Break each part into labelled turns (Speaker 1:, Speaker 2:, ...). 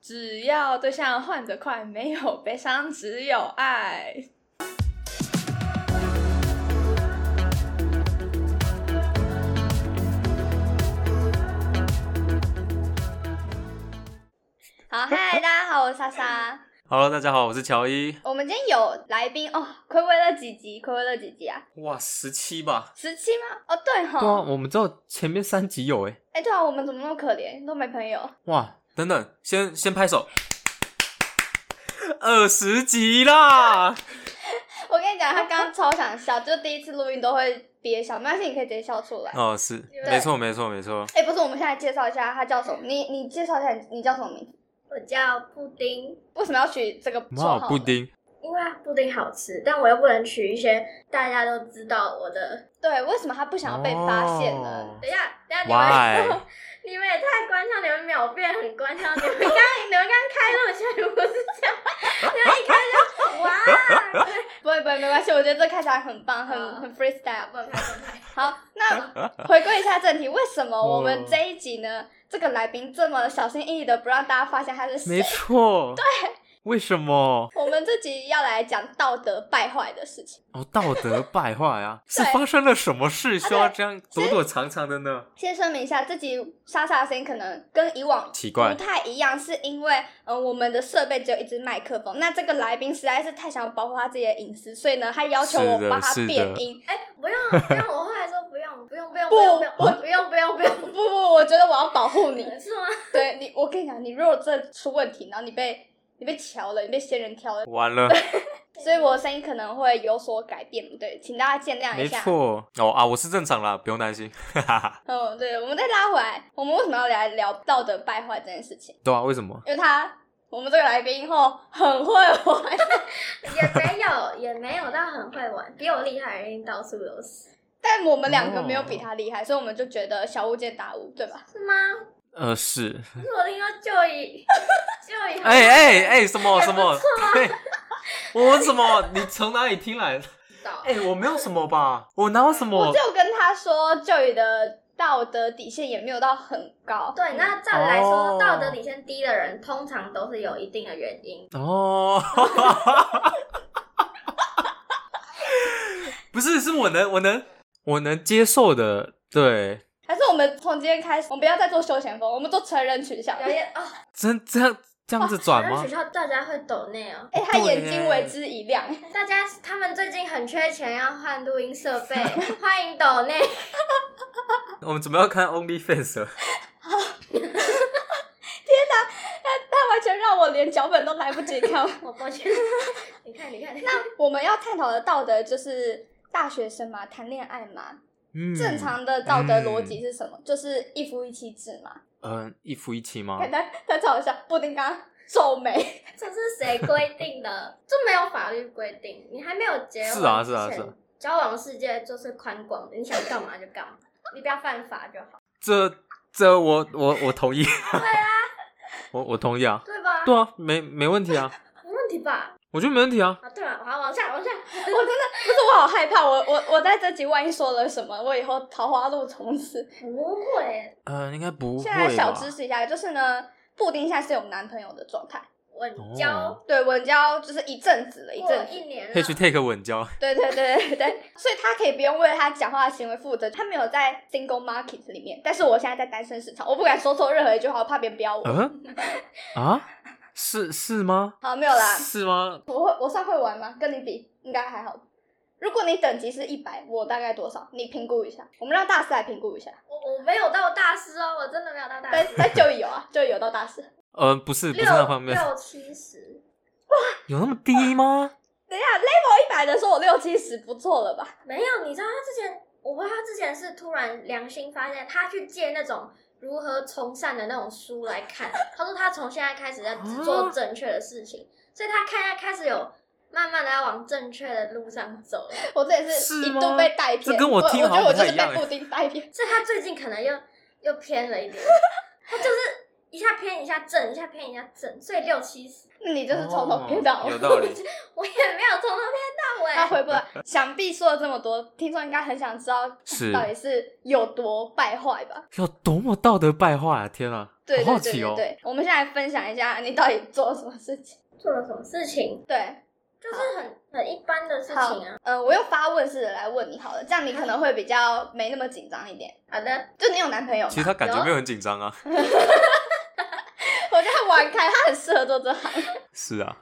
Speaker 1: 只要对象换得快，没有悲伤，只有爱。好， 嗨，大家好，我是莎莎。
Speaker 2: Hello，大家好，我是乔伊。
Speaker 1: 我们今天有来宾哦，暌违了几集？暌违了几集啊？
Speaker 2: 哇，十七吧？
Speaker 1: 十七吗？哦，对
Speaker 2: 对啊，
Speaker 1: 吼，
Speaker 2: 我们知道前面三集有哎、
Speaker 1: 哎、对啊，我们怎么那么可怜，都没朋友？
Speaker 2: 哇，等等，先先拍手。二十集啦！
Speaker 1: 我跟你讲，他刚刚超想笑，就第一次录音都会憋笑，没关系，你可以直接笑出来。
Speaker 2: 哦，是，没错，没错，没错。
Speaker 1: 哎、不是，我们现在介绍一下他叫什么？你你介绍一下你你叫什么名字？
Speaker 3: 我叫布丁，
Speaker 1: 为什么要取这个绰
Speaker 2: 哇，
Speaker 1: 号？
Speaker 2: 布，丁，
Speaker 3: 因为它布丁好吃，但我又不能取一些大家都知道我的。
Speaker 1: 对，为什么他不想要被发现呢
Speaker 2: 哦？
Speaker 3: 等一下，等一下，你
Speaker 2: Why？
Speaker 3: 们你们也太官腔，你们秒变很官腔。你们刚
Speaker 1: 哎
Speaker 3: 你们刚开录前不是这样，你们一开就哇，
Speaker 1: 不会不会，没关系，我觉得这看起来很棒，很
Speaker 3: 好
Speaker 1: 很 freestyle
Speaker 3: 不。能拍不能拍。
Speaker 1: 好，那回归一下正题，为什么我
Speaker 2: 嗯
Speaker 1: 们这一集呢？这个来宾这么小心翼翼的不让大家发现他是
Speaker 2: 没
Speaker 1: 谁？
Speaker 2: 错。对。为什么？
Speaker 1: 我们这集要来讲道德败坏的事情。
Speaker 2: 哦，道德败坏啊！是
Speaker 1: 对
Speaker 2: 发生了什么事需要这样躲躲藏藏的呢？
Speaker 1: 先声明一下，这集莎莎的声音可能跟以往
Speaker 2: 奇
Speaker 1: 不
Speaker 2: 怪
Speaker 1: 太一样，是因为嗯，我们的设备只有一支麦克风。那这个来宾实在是太想要保护他自己的隐私，所以呢，他要求我
Speaker 2: 是的
Speaker 1: 帮他
Speaker 2: 是的
Speaker 1: 变音。
Speaker 3: 哎、不用不用，我后来说不用不用不用不用
Speaker 1: 不
Speaker 3: 不用不用不
Speaker 1: 不
Speaker 3: 用
Speaker 1: 不，我觉得我要保护
Speaker 3: 不
Speaker 1: 你。
Speaker 3: 用，是吗？
Speaker 1: 对你，我跟你讲，你如果真的出问题，然后你被你被调了，你被仙人挑了，
Speaker 2: 完了，
Speaker 1: 所以我的声音可能会有所改变。对，请大家见谅一
Speaker 2: 没
Speaker 1: 下。
Speaker 2: 错。哦啊，我是正常啦，不用担心。
Speaker 1: 嗯，对，我们再拉回来，我们为什么要来聊道德败坏这件事情？
Speaker 2: 对啊，为什么？
Speaker 1: 因为他。我们这个来宾后很会玩，
Speaker 3: 也没有也没有到很会玩，比我厉害的人到处都是，
Speaker 1: 但我们两个没有比他厉害，所以我们就觉得小巫见大巫，对吧？
Speaker 3: 是吗？
Speaker 2: 呃，是。
Speaker 3: 可是我听说就以就以
Speaker 2: 哎哎哎，什么
Speaker 3: 也
Speaker 2: 什
Speaker 3: 不
Speaker 2: 么？
Speaker 1: 啊
Speaker 2: 对，我怎么？你从哪里听来的？
Speaker 3: 到
Speaker 2: 哎、我没有什么吧，我哪有什
Speaker 1: 我
Speaker 2: 么？
Speaker 1: 就跟他说，Joy 的道德底线也没有到很高。
Speaker 3: 对，那照理来说，
Speaker 2: 哦
Speaker 3: 道德底线低的人，通常都是有一定的原因。
Speaker 2: 哦， 不是，是我能，我能，我能接受的，对，
Speaker 1: 还是我们从今天开始，我们不要再做休闲风，我们做成人取向。
Speaker 3: 有一哦，
Speaker 2: 真这样这样子转
Speaker 3: 然后
Speaker 2: 吗
Speaker 3: 学？校大家会抖内哦，
Speaker 1: 哎、他
Speaker 2: 对
Speaker 1: 眼睛为之一亮。
Speaker 3: 大家他们最近很缺钱，要换录音设 备，欢迎抖内。
Speaker 2: 我们准备要看 OnlyFans 了，
Speaker 1: 他完全让我连脚本都来不及看。
Speaker 3: 我过去，你看，你看，你看，
Speaker 1: 我们要探讨的道德就是大学生嘛，谈恋爱嘛，
Speaker 2: 嗯，
Speaker 1: 正，常的道德逻辑是什么？就是一夫一妻制嘛。
Speaker 2: 嗯、一夫一妻 吗？
Speaker 1: 看他他嘲笑布丁刚刚皱眉，
Speaker 3: 这是谁规定的？这没有法律规定，你还没有结婚
Speaker 2: 是啊是啊
Speaker 3: 之前
Speaker 2: 是啊
Speaker 3: 交往世界就是宽广的，你想干嘛就干嘛，你不要犯法就好，
Speaker 2: 这这我我我同意，
Speaker 1: 啊
Speaker 2: 我我同意啊，
Speaker 3: 对吧？
Speaker 2: 对啊，没没问题啊，
Speaker 3: 没问题吧？
Speaker 2: 我觉得没问题啊，
Speaker 3: 啊，对了，好，往下，往下。
Speaker 1: 我真的不是我好害怕，我我我在这集万一说了什么，我以后桃花路从此。
Speaker 3: 不会，
Speaker 2: 呃，应该不会
Speaker 1: 现在小
Speaker 2: 吧
Speaker 1: 知识一下，就是呢，布丁现在是有男朋友的状态，
Speaker 3: 稳交
Speaker 1: 对稳交就是一阵子了，一
Speaker 3: 过
Speaker 1: 阵
Speaker 3: 一
Speaker 1: 子，
Speaker 3: 年了
Speaker 2: 哦可以去 take 稳交，
Speaker 1: 对对对对对，所以他可以不用为他讲话的行为负责，他没有在 single market 里面，但是我现在在单身市场，我不敢说错任何一句话，我怕别人标我。
Speaker 2: 嗯啊，是是吗？
Speaker 1: 好，没有啦，
Speaker 2: 是吗？
Speaker 1: 我会我算会玩吗？跟你比应该还好。如果你等级是一百，我大概多少？你评估一下，我们让大师来评估一下。
Speaker 3: 我我没有到大师哦，我真的没有到大
Speaker 1: 在
Speaker 3: 师，
Speaker 1: 在就有啊，就有到大师。
Speaker 2: 呃，不是，不
Speaker 3: 六
Speaker 2: 是那方面，
Speaker 3: 六七十，
Speaker 2: 有那么低吗？
Speaker 1: 等一下，level 一百的说我六七十不错了吧？
Speaker 3: 没有。你知道他之前，我不知道他之前是突然良心发现，他去借那种如何从善的那种书来看。他说他从现在开始在只做正确的事情，所以他看他开始有慢慢的要往正确的路上走了。
Speaker 1: 我这也
Speaker 2: 是
Speaker 1: 是一度
Speaker 2: 吗
Speaker 1: 被带偏，
Speaker 2: 这跟
Speaker 1: 我
Speaker 2: 我听
Speaker 1: 我觉
Speaker 2: 好像
Speaker 1: 得我
Speaker 2: 不
Speaker 1: 就
Speaker 2: 太
Speaker 1: 是
Speaker 2: 一样
Speaker 1: 被
Speaker 2: 欸
Speaker 1: 布丁带偏。
Speaker 3: 所以他最近可能又又偏了一点，他就是一下偏偏一下正，一下偏一下正，所以六七十，
Speaker 1: 那你 就是从
Speaker 2: 哦
Speaker 1: 头偏到尾。
Speaker 2: 有道理。
Speaker 3: 我也没有从头偏到欸尾。
Speaker 1: 他回不来，想必说了这么多，听众应该很想知道
Speaker 2: 是
Speaker 1: 到底是有多败坏吧？
Speaker 2: 有多么道德败坏啊！天啊，
Speaker 1: 对
Speaker 2: 好
Speaker 1: 对
Speaker 2: 好
Speaker 1: 对
Speaker 2: 奇
Speaker 1: 对
Speaker 2: 哦。
Speaker 1: 对，我们现在来分享一下你到底做了什么事情。
Speaker 3: 做了什么事情，
Speaker 1: 对，
Speaker 3: 就是很很一般的事
Speaker 1: 好
Speaker 3: 情啊。
Speaker 1: 呃，我用发问式的来问你好了，这样你可能会比较没那么紧张一点。啊
Speaker 3: 好的，
Speaker 1: 就你有男朋友吗？
Speaker 2: 其实他感觉没
Speaker 1: 有，
Speaker 2: 有很紧张 啊。
Speaker 1: 我觉得他玩开，他很适合做这行。
Speaker 2: 是 啊，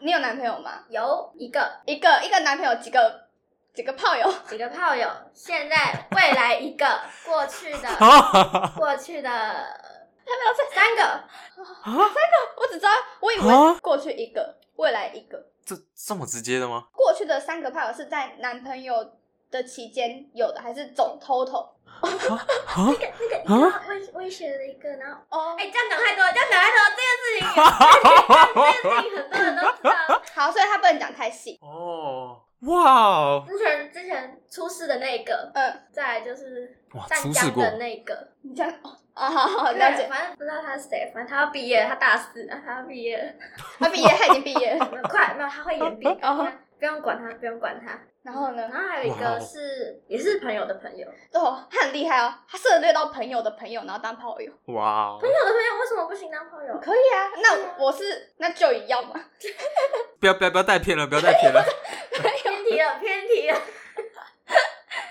Speaker 1: 你有男朋友吗？
Speaker 3: 有一个
Speaker 1: 一个一个男朋友，几个几个炮友？
Speaker 3: 几个炮友，现在未来一个，过去的
Speaker 2: 啊
Speaker 3: 过去的，三个，
Speaker 2: 啊，
Speaker 1: 我只知道，我以
Speaker 2: 啊
Speaker 1: 为过去一个，未来一个。
Speaker 2: 这这么直接的吗？
Speaker 1: 过去的三个炮友是在男朋友的期间有的，还是总 total？
Speaker 2: 啊
Speaker 3: 那个
Speaker 2: 啊
Speaker 3: 啊，威威胁了一个，然后
Speaker 1: 哦
Speaker 3: 哎、这样讲太多了，这样讲太多了，这件事情也，这件事情很多人都知道。
Speaker 1: 好，所以他不能讲太细。
Speaker 2: 哦，哇哦，
Speaker 3: 之前之前出事的那一个，
Speaker 1: 嗯，
Speaker 3: 再来就是
Speaker 2: 哇，
Speaker 3: 湛
Speaker 2: 出事
Speaker 3: 江
Speaker 2: 过，
Speaker 3: 的那个，
Speaker 1: 你这样哦，啊，好好好
Speaker 3: 对
Speaker 1: 了解。
Speaker 3: 反正不知道他是谁，反正他要毕业了，他大四了，他要毕业了，
Speaker 1: 他毕业，他已经毕业了。
Speaker 3: 没有快没有，他会延毕，
Speaker 1: 哦
Speaker 3: 不用管他，不用管他。
Speaker 1: 然后呢？
Speaker 3: 然后还有一
Speaker 2: 哇
Speaker 3: 个
Speaker 2: 哦
Speaker 3: 是也是朋友的朋友，朋
Speaker 1: 哦，他很厉害哦，他涉猎到朋友的朋友，然后当炮友。
Speaker 2: 哇哦，
Speaker 3: 友的朋友为什么不行当朋友？
Speaker 1: 可以啊，那我是那就一样嘛。
Speaker 2: 不要不要不要带偏了，不要带偏 了，
Speaker 3: 偏题了，偏题了。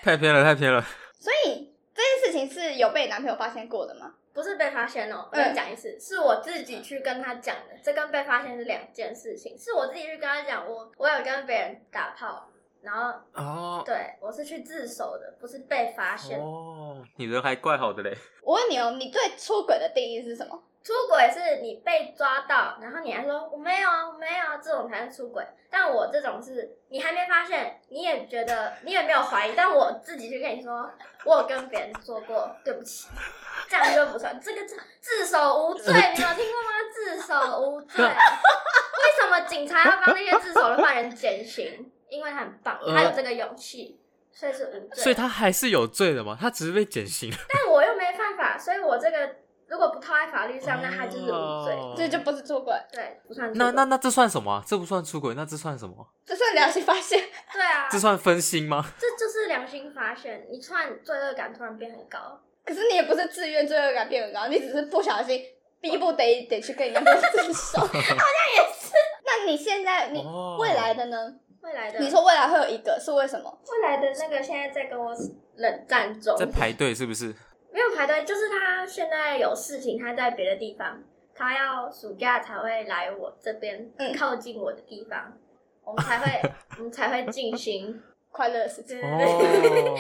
Speaker 2: 太偏了，太偏了。
Speaker 1: 所以这件事情是有被男朋友发现过的吗？
Speaker 3: 不是被发现哦，我跟你讲一次，是我自己去跟他讲的，这跟被发现是两件事情。是我自己去跟他讲，我我有跟别人打炮，然后
Speaker 2: 哦
Speaker 3: 对我是去自首的，不是被发现。
Speaker 2: 哦，你人还怪好的嘞。
Speaker 1: 我问你哦，你对出轨的定义是什么？
Speaker 3: 出轨是你被抓到，然后你还说我没有啊，我没有啊，这种才是出轨。但我这种是你还没发现，你也觉得你也没有怀疑，但我自己就跟你说，我有跟别人说过，对不 起，这样就不算。这个自自首无罪，你有听过吗？自首 无罪。为什么警察要帮那些自首的犯人减刑？因为他很棒，他有这个勇气，所以是无罪。
Speaker 2: 所以他还是有罪的嘛，他只是被减刑。
Speaker 3: 但我又没犯法，所以我这个如果不套在法律上，那他就是无罪。
Speaker 2: 哦
Speaker 1: 这就不是出轨，
Speaker 3: 对，不算出
Speaker 2: 那
Speaker 3: 轨
Speaker 2: 那那这算什么啊、这不算出轨，那这算什么？
Speaker 1: 这算良心发现。
Speaker 3: 对啊，
Speaker 2: 这算分心吗？
Speaker 3: 这就是良心发现，你突然罪恶感突然变很高，
Speaker 1: 可是你也不是自愿罪恶感变很高，你只是不小心逼不得已得去跟人家分手， 好像也是。那你现在你
Speaker 2: 哦
Speaker 1: 未来的呢？
Speaker 3: 未来的
Speaker 1: 你说未来会有一个是为什么？
Speaker 3: 未来的那个现在在跟我冷战中，
Speaker 2: 在排队是不是？
Speaker 3: 没有排队，就是他现在有事情，他在别的地方，他要暑假才会来我这边，
Speaker 1: 嗯
Speaker 3: 靠近我的地 方，我们才会我们才会进行，
Speaker 1: 快乐的事情
Speaker 3: 对对对，
Speaker 2: 哦，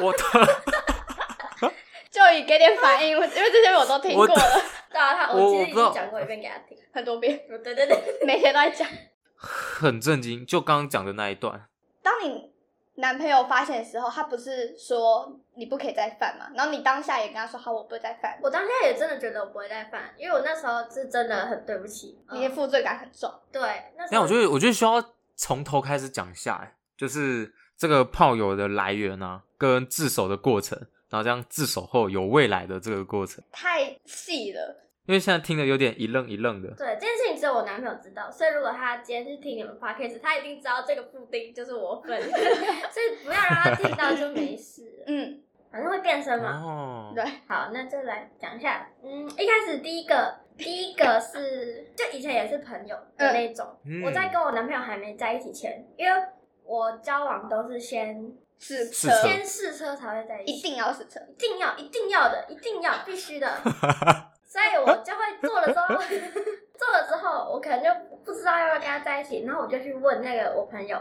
Speaker 2: 我的
Speaker 1: 就以给点反应，因为这些我都听过
Speaker 2: 我
Speaker 1: 了
Speaker 3: 对啊，他
Speaker 2: 我
Speaker 3: 我其
Speaker 2: 我
Speaker 3: 实
Speaker 2: 不
Speaker 3: 已
Speaker 2: 知道
Speaker 3: 经讲过一遍给他听，
Speaker 1: 很多遍，
Speaker 3: 对对对。
Speaker 1: 每天都在讲。
Speaker 2: 很震惊，就刚刚讲的那一段，
Speaker 1: 当你男朋友发现的时候，他不是说你不可以再犯嘛？然后你当下也跟他说好，我不会再犯，
Speaker 3: 我当下也真的觉得我不会再犯，因为我那时候是真的很对不起。
Speaker 1: 你的
Speaker 3: 嗯
Speaker 1: 负罪感很重。
Speaker 3: 对，那时
Speaker 2: 但
Speaker 3: 候
Speaker 2: 我觉得我觉得需要从头开始讲下来，就是这个炮友的来源啊，跟自首的过程，然后这样自首后有未来的这个过程，
Speaker 1: 太细了，
Speaker 2: 因为现在听的有点一愣一愣的。
Speaker 3: 对这件事情只有我男朋友知道，所以如果他今天去听你们 podcast，他一定知道这个布丁就是我份，所以不要让他听到就没事了，
Speaker 1: 嗯，
Speaker 3: 反正会变身嘛。
Speaker 2: 哦，
Speaker 1: 对，
Speaker 3: 好，那就来讲一下，嗯，一开始第一个，第一个是就以前也是朋友的那种，
Speaker 2: 嗯
Speaker 3: 我在跟我男朋友还没在一起前，因为我交往都是先
Speaker 1: 试
Speaker 2: 试
Speaker 1: 车
Speaker 2: 车
Speaker 3: 先试车才会在一起，
Speaker 1: 一定要试车，
Speaker 3: 一定要，一定要的，一定要，必须的。所以我就会做了之后， 做了之后，我可能就不知道要不要跟他在一起，然后我就去问那个我朋友，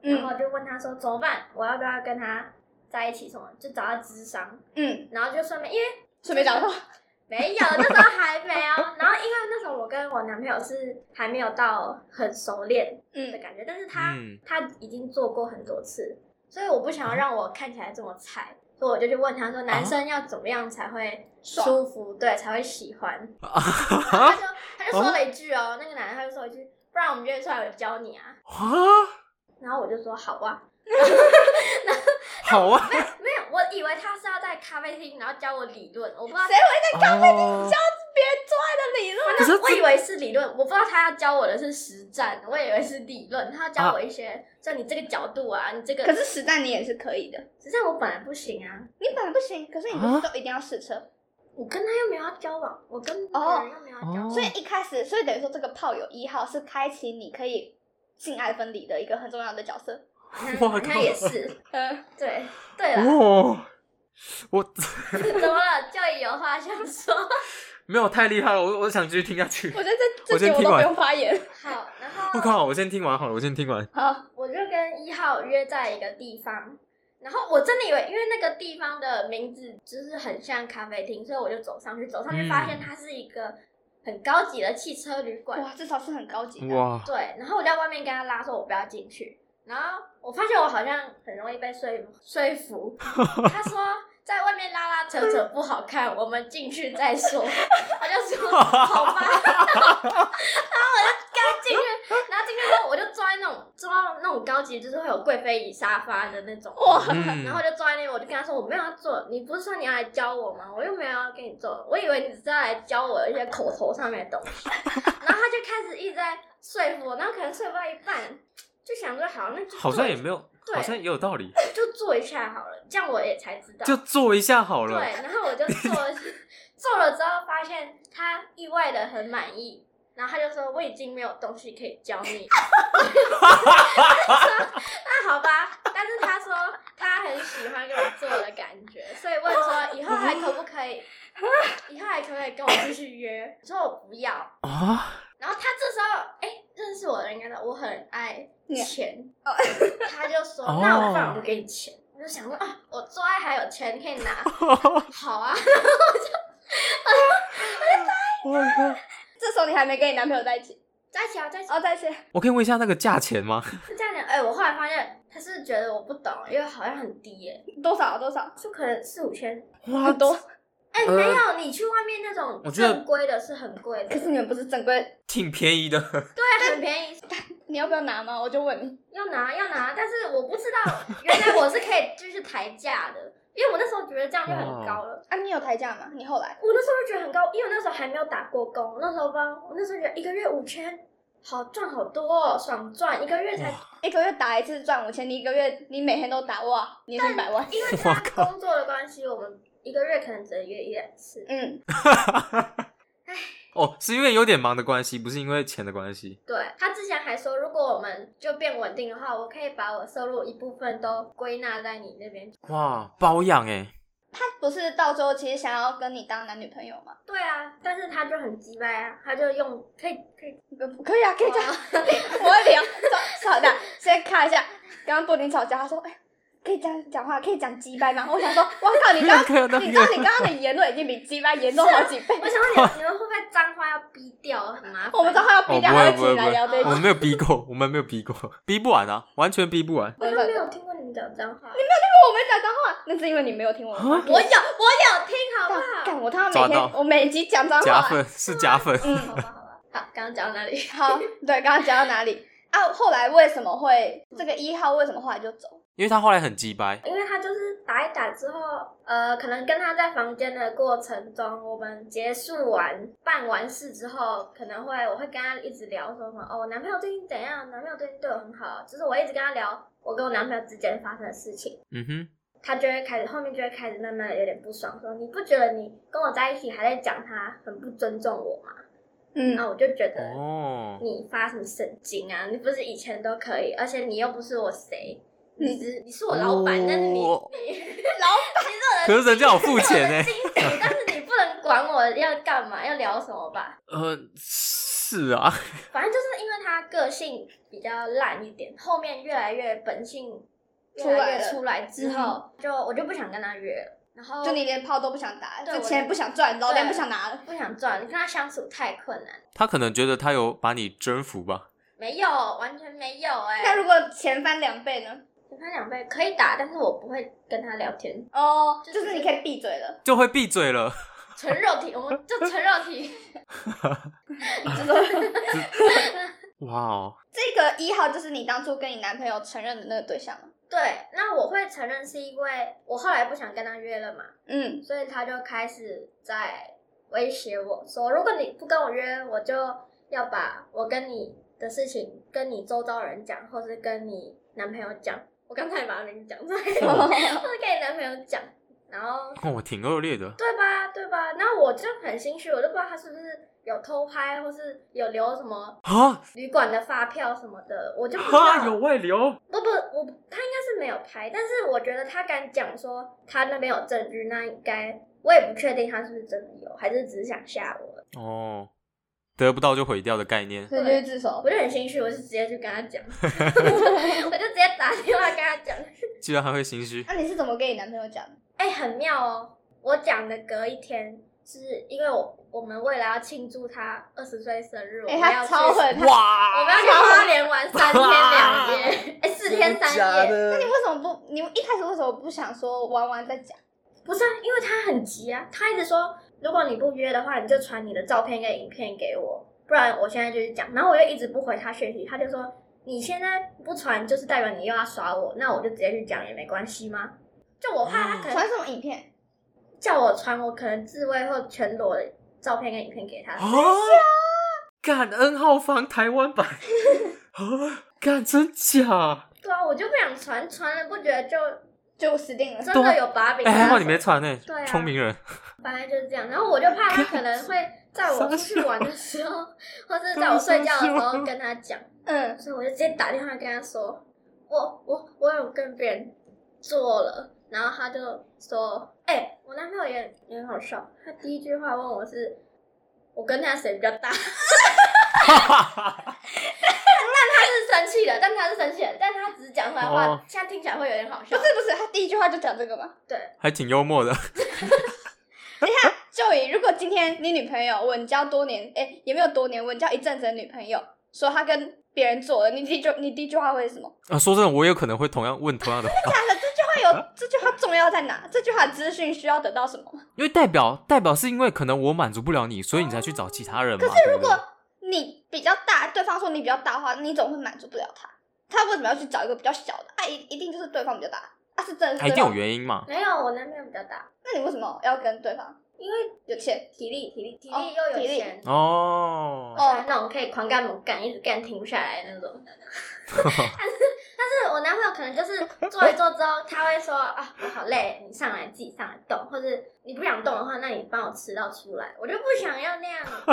Speaker 3: 然
Speaker 1: 嗯
Speaker 3: 后就问他说怎么办，我要不要跟他在一起什么，就找他智商，
Speaker 1: 嗯，
Speaker 3: 然后就顺便因为
Speaker 1: 顺便讲说，
Speaker 3: 没有，那时候还没有，然后因为那时候我跟我男朋友是还没有到很熟练的
Speaker 1: 嗯，
Speaker 3: 感觉，但是他、
Speaker 2: 嗯
Speaker 3: 他已经做过很多次，所以我不想要让我看起来这么菜，所以我就去问他说，男生要怎么样才会
Speaker 1: 爽
Speaker 3: 舒服，对，才会喜 欢。然后
Speaker 2: 啊
Speaker 3: 他就他就说了一句
Speaker 1: 啊
Speaker 3: 哦，那个男的他就说一句，不然我们约出来我教你啊。
Speaker 2: 啊，
Speaker 3: 然后我就说好啊，
Speaker 2: 好啊，
Speaker 3: 哎没有，我以为他是要在咖啡厅，然后教我理论，我不知道
Speaker 1: 谁会哦
Speaker 2: 在咖啡厅教
Speaker 3: 为是理论，我不知道他要教我的是实战，我以为是理论，他要教我一些，就你这个角度啊，你这 个，
Speaker 1: 啊可是实战你也是可以的，
Speaker 3: 实际上我本来不行啊，
Speaker 1: 你本来不行，可是你不是都一定要试车，
Speaker 3: 我跟他又没有要交往，我跟别
Speaker 1: 哦
Speaker 3: 人又没有要交往，
Speaker 1: 所以一开始，所以等于说这个炮友一号是开启你可以性爱分离的一个很重要的角色。
Speaker 2: 我
Speaker 3: 好像
Speaker 2: 靠
Speaker 3: 也是，
Speaker 1: 嗯，
Speaker 3: 对对了，
Speaker 2: 哦，我
Speaker 3: 怎么了？教育有话想说。
Speaker 2: 没有太厉害了，我我想继续听下去
Speaker 1: 我。觉得这这
Speaker 2: 我
Speaker 1: 集
Speaker 2: 先
Speaker 1: 我
Speaker 2: 听
Speaker 1: 都
Speaker 2: 完
Speaker 1: 不用发言。
Speaker 3: 好，然
Speaker 2: 我
Speaker 3: 后
Speaker 2: 靠，我先听完好了，我先听 完。
Speaker 1: 好，
Speaker 3: 我就跟一号约在一个地方，然后我真的以为，因为那个地方的名字就是很像咖啡厅，所以我就走上去，走上去发现
Speaker 2: 嗯
Speaker 3: 它是一个很高级的汽车旅 馆。
Speaker 1: 哇，至少是很高级的。
Speaker 2: 哇，
Speaker 3: 对，然后我就在外面跟他拉说，我不要进去。然后我发现我好像很容易被说服说服。他说在外面拉拉扯扯不好看，我们进去再说。 他就说好吧。 然后我就跟他进去，然后进去之后我就坐在那种坐到那种高级，就是会有贵妃椅沙发的那种。
Speaker 1: 哇
Speaker 2: 嗯
Speaker 3: 然后就坐在那边，我就跟他说我没有要做，你不是说你要来教我吗？我又没有要跟你做，我以为你只是要来教我一些口头上面的东 西。然后他就开始一直在说服我，然后可能说服到一半，就想说好，那就做
Speaker 2: 好像也没有，
Speaker 3: 对
Speaker 2: 好像也有道理，
Speaker 3: 就做一下好了，这样我也才知道。
Speaker 2: 就做一下好
Speaker 3: 对，
Speaker 2: 了。
Speaker 3: 然后我就做做了之后，发现他意外的很满意，然后他就说我已经没有东西可以教你。 那好吧，但是他说他很喜欢跟我做的感觉，所以问说以后还可不可以，以后还可不可以跟我继续约？我说我不要。
Speaker 2: 啊，
Speaker 3: 然后他这时候，哎、认识我的人应该知道我很爱钱，
Speaker 1: 哦
Speaker 3: 他就说：“
Speaker 2: 哦
Speaker 3: 那我不然我给你钱。”我就想说啊，我做爱还有钱可以拿，
Speaker 2: ？Oh
Speaker 3: 好啊。
Speaker 2: 我靠！
Speaker 1: 这时候你还没跟你男朋友在一起，
Speaker 3: 在一起啊，在一起啊
Speaker 1: 哦，在一起，
Speaker 2: 我可以问一下那个价钱吗？
Speaker 3: 是这样讲。哎、我后来发现他是觉得我不懂，因为好像很低耶、
Speaker 1: 多少多少？
Speaker 3: 就可能四五千。
Speaker 2: 哇
Speaker 1: 很多，
Speaker 3: 哎、
Speaker 2: 呃
Speaker 3: 没有，你去外面那种
Speaker 2: 我觉得
Speaker 3: 正规的是很贵
Speaker 1: 可
Speaker 3: 的，
Speaker 1: 是你们不是正规，
Speaker 2: 挺便宜的。
Speaker 3: 对，很便宜。
Speaker 1: 你要不要拿吗？我就问你。
Speaker 3: 要拿要拿，但是我不知道原来我是可以就是抬价的，因为我那时候觉得这样就很高
Speaker 2: 哦
Speaker 3: 了。
Speaker 1: 啊，你有抬价吗？你后来
Speaker 3: 我那时候就觉得很高，因为我那时候还没有打过工，那时候吧，我那时候觉得一个月五千，好赚好多、哦，爽赚，一个月才，
Speaker 1: 一个月打一次赚五千，你一个月你每天都打哇，年薪百万。
Speaker 3: 因为
Speaker 2: 哇
Speaker 3: 他
Speaker 2: 靠
Speaker 3: 工作的关系，我们一个月可能只能约一两次，
Speaker 1: 嗯，
Speaker 2: 哦，是因为有点忙的关系，不是因为钱的关系。
Speaker 3: 对他之前还说，如果我们就变稳定的话，我可以把我收入一部分都归纳在你那边。
Speaker 2: 哇，包养哎，
Speaker 1: 他不是到最后其实想要跟你当男女朋友吗？
Speaker 3: 对啊，但是他就很鸡掰啊，他就用可以可以，
Speaker 1: 不可以啊，可以这样。
Speaker 3: 哇
Speaker 1: 我会聊，吵吵架，先看一下。刚刚布丁吵架，他说：“哎、可以这样讲话，可以讲鸡掰吗？”我想说：“我靠，你刚
Speaker 2: 那
Speaker 1: 刚，
Speaker 2: 个 啊那
Speaker 1: 你知道
Speaker 2: 个，
Speaker 1: 你刚刚的言论已经比鸡掰严重好几倍。
Speaker 3: 我想说你们你们会不会脏话要逼掉，很麻烦。
Speaker 1: 我们都 快要逼掉
Speaker 2: 哦不会
Speaker 1: 他一起来聊这一
Speaker 2: 我
Speaker 1: 集。
Speaker 2: 们没有逼过，我们没有逼过， 逼不完啊，完全逼不 完。
Speaker 3: 我都没有听过你们讲脏话，
Speaker 2: 哦
Speaker 1: 我没讲脏话，那是因为你没有听我的话。
Speaker 3: 我有我有听好不
Speaker 1: 干
Speaker 3: 好？
Speaker 1: 干我他妈
Speaker 2: 啊抓
Speaker 1: 每天
Speaker 2: 到
Speaker 1: 我每集讲脏
Speaker 2: 假
Speaker 1: 话、
Speaker 2: 粉 是假粉，
Speaker 1: 嗯，
Speaker 3: 好吧好吧，好，刚刚讲到哪里？
Speaker 1: 好， 对，刚刚讲到哪里啊？后来为什么会这个一号为什么后来就走？
Speaker 2: 因为他后来很鸡掰。
Speaker 3: 因为他就是打一打之后，呃，可能跟他在房间的过程中，我们结束完办完事之后，可能会我会跟他一直聊说什么哦，我男朋友最近怎样，男朋友最近对我很好，就是我一直跟他聊我跟我男朋友之间发生的事情，
Speaker 2: 嗯哼，
Speaker 3: 他就会开始后面就会开始慢慢的有点不爽，说你不觉得你跟我在一起还在讲他很不尊重我吗？
Speaker 1: 嗯
Speaker 3: 那我就觉得
Speaker 2: 哦，
Speaker 3: 你发什么神经啊？你不是以前都可以，而且你又不是我谁，你只你是我老板，但是你
Speaker 2: 哦
Speaker 3: 你 老板，你是
Speaker 2: 可是人家有付
Speaker 3: 我的
Speaker 2: 钱
Speaker 3: 我的
Speaker 2: 哎。
Speaker 3: 经理，但是你不能管我要干嘛，要聊什么吧。
Speaker 2: 呃，是啊，
Speaker 3: 反正就是因为他个性比较烂一点，后面越来越本性越
Speaker 1: 出
Speaker 3: 来
Speaker 1: 来
Speaker 3: 越
Speaker 1: 了
Speaker 3: 出来之后，就我就不想跟他约了，然
Speaker 1: 嗯
Speaker 3: 后
Speaker 1: 就你连炮都不想打，
Speaker 3: 对
Speaker 1: 这
Speaker 3: 我
Speaker 1: 钱
Speaker 3: 连
Speaker 1: 不想赚，老娘
Speaker 3: 对
Speaker 1: 不想拿了。
Speaker 3: 不想赚，你跟他相处太困难，
Speaker 2: 他可能觉得他有把你征服吧。
Speaker 3: 没有，完全没有哎、
Speaker 1: 那如果钱翻两倍呢？
Speaker 3: 跟他两倍可以打，但是我不会跟他聊天。
Speaker 1: 哦，
Speaker 3: 就
Speaker 1: 就是是你可以闭嘴了，
Speaker 2: 就会闭嘴了，
Speaker 3: 纯肉体，我们就纯肉体。
Speaker 1: 就是说
Speaker 2: 哇哦！
Speaker 1: 这个一号就是你当初跟你男朋友承认的那个对象吗？
Speaker 3: 对，那我会承认是因为我后来不想跟他约了嘛，
Speaker 1: 嗯，
Speaker 3: 所以他就开始在威胁我说，如果你不跟我约，我就要把我跟你的事情跟你周遭人讲，或是跟你男朋友讲。我刚才把他名字讲出来，
Speaker 2: 哇
Speaker 3: 或是跟你男朋友讲，然后
Speaker 2: 哦我挺恶劣的。
Speaker 3: 对吧？对吧？然后我就很心虚，我就不知道他是不是有偷拍，或是有留什么
Speaker 2: 啊
Speaker 3: 旅馆的发票什么的，我就不知
Speaker 2: 啊！
Speaker 3: 道。
Speaker 2: 有外流，
Speaker 3: 不不，我他应该是没有拍，但是我觉得他敢讲说他那边有证据，那应该我也不确定他是不是真的有，还是只是想吓我。
Speaker 2: 哦，得不到就毁掉的概念。
Speaker 1: 所以就是自首
Speaker 3: 我。就很心虚，我就直接去跟他讲，我就直接打电话跟他讲。
Speaker 2: 居然还会心虚
Speaker 1: 那、你是怎么跟你男朋友讲的？
Speaker 3: 哎、很妙哦！我讲的隔一天，是因为我我们为了要庆祝他二十岁生日，我
Speaker 1: 哎、
Speaker 3: 们
Speaker 1: 他
Speaker 3: 要去
Speaker 1: 超狠，他
Speaker 2: 哇！
Speaker 3: 我们要去花莲玩三天两夜，哎，四天三 夜。
Speaker 1: 那你
Speaker 2: 夜。
Speaker 1: 为什么不？你一开始为什么不想说玩完再讲？
Speaker 3: 不是啊，因为他很急啊，他一直说，如果你不约的话，你就传你的照片跟影片给我，不然我现在就去讲。然后我就一直不回他讯息，他就说，你现在不传就是代表你又要耍我，那我就直接去讲也没关系吗？就我怕他可能
Speaker 1: 传什么影片？
Speaker 3: 叫我传我可能自慰或全裸的照片跟影片给他，
Speaker 2: 啊！感恩号房台湾版 啊！干真假？
Speaker 3: 对啊，我就不想传，传了不觉得就
Speaker 1: 就死定了。
Speaker 3: 真的有把柄。
Speaker 2: 哎，还好你没传呢
Speaker 3: 对，啊
Speaker 2: 聪明人。
Speaker 3: 反正就是这样。然后我就怕他可能会在我出去玩的 时候，或是在我睡觉的时候跟他讲，
Speaker 1: 嗯，
Speaker 3: 所以我就直接打电话跟他说，我我我有跟别人做了。然后他就说：“哎、我男朋友也也很好笑，他第一句话问我是，我跟他谁比较大？ 但他是生气的，但他是生气的，但他只是讲出来的话，
Speaker 2: 哦
Speaker 3: 现在听起来会有点好
Speaker 1: 不
Speaker 3: 笑
Speaker 1: 是。不是，他第一句话就讲这个嘛。
Speaker 3: 对，
Speaker 2: 还挺幽默的。
Speaker 1: 就以如果今天你女朋友稳交多年，哎、也没有多年，稳交一阵子的女朋友说她跟别人做了，你第一句你第一句话会是什么？ 啊
Speaker 2: 啊，说真的，我也可能会同样问同样的话，
Speaker 1: 这句话
Speaker 2: 啊
Speaker 1: 有这句话重要在哪？这句话资讯需要得到什么？
Speaker 2: 因为代表代表是因为可能我满足不了你，所以你才去找其他人
Speaker 1: 可
Speaker 2: 嘛。
Speaker 1: 是
Speaker 2: 对
Speaker 1: 如
Speaker 2: 不对
Speaker 1: 果你比较大，对方说你比较大的话，你总会满足不了他。他为什么要去找一个比较小的？啊，一一定就是对方比较大，啊是真的是
Speaker 2: 啊
Speaker 1: 对
Speaker 2: 一定有
Speaker 1: 方。
Speaker 2: 原因嘛？
Speaker 3: 没有，我男朋友比较大，
Speaker 1: 那你为什么要跟对方？
Speaker 3: 因为
Speaker 1: 有钱？
Speaker 3: 体力，体力，体
Speaker 1: 哦
Speaker 3: 力又
Speaker 1: 体
Speaker 3: 有
Speaker 1: 力
Speaker 3: 钱，
Speaker 2: 哦，
Speaker 3: 哦，那种可以狂干猛干，一直干停不下来的那种。但是，但是我男朋友可能就是做一做之后，他会说啊，我好累，你上来自己上来动，或者你不想动的话，那你帮我吃到出来，我就不想要那样，我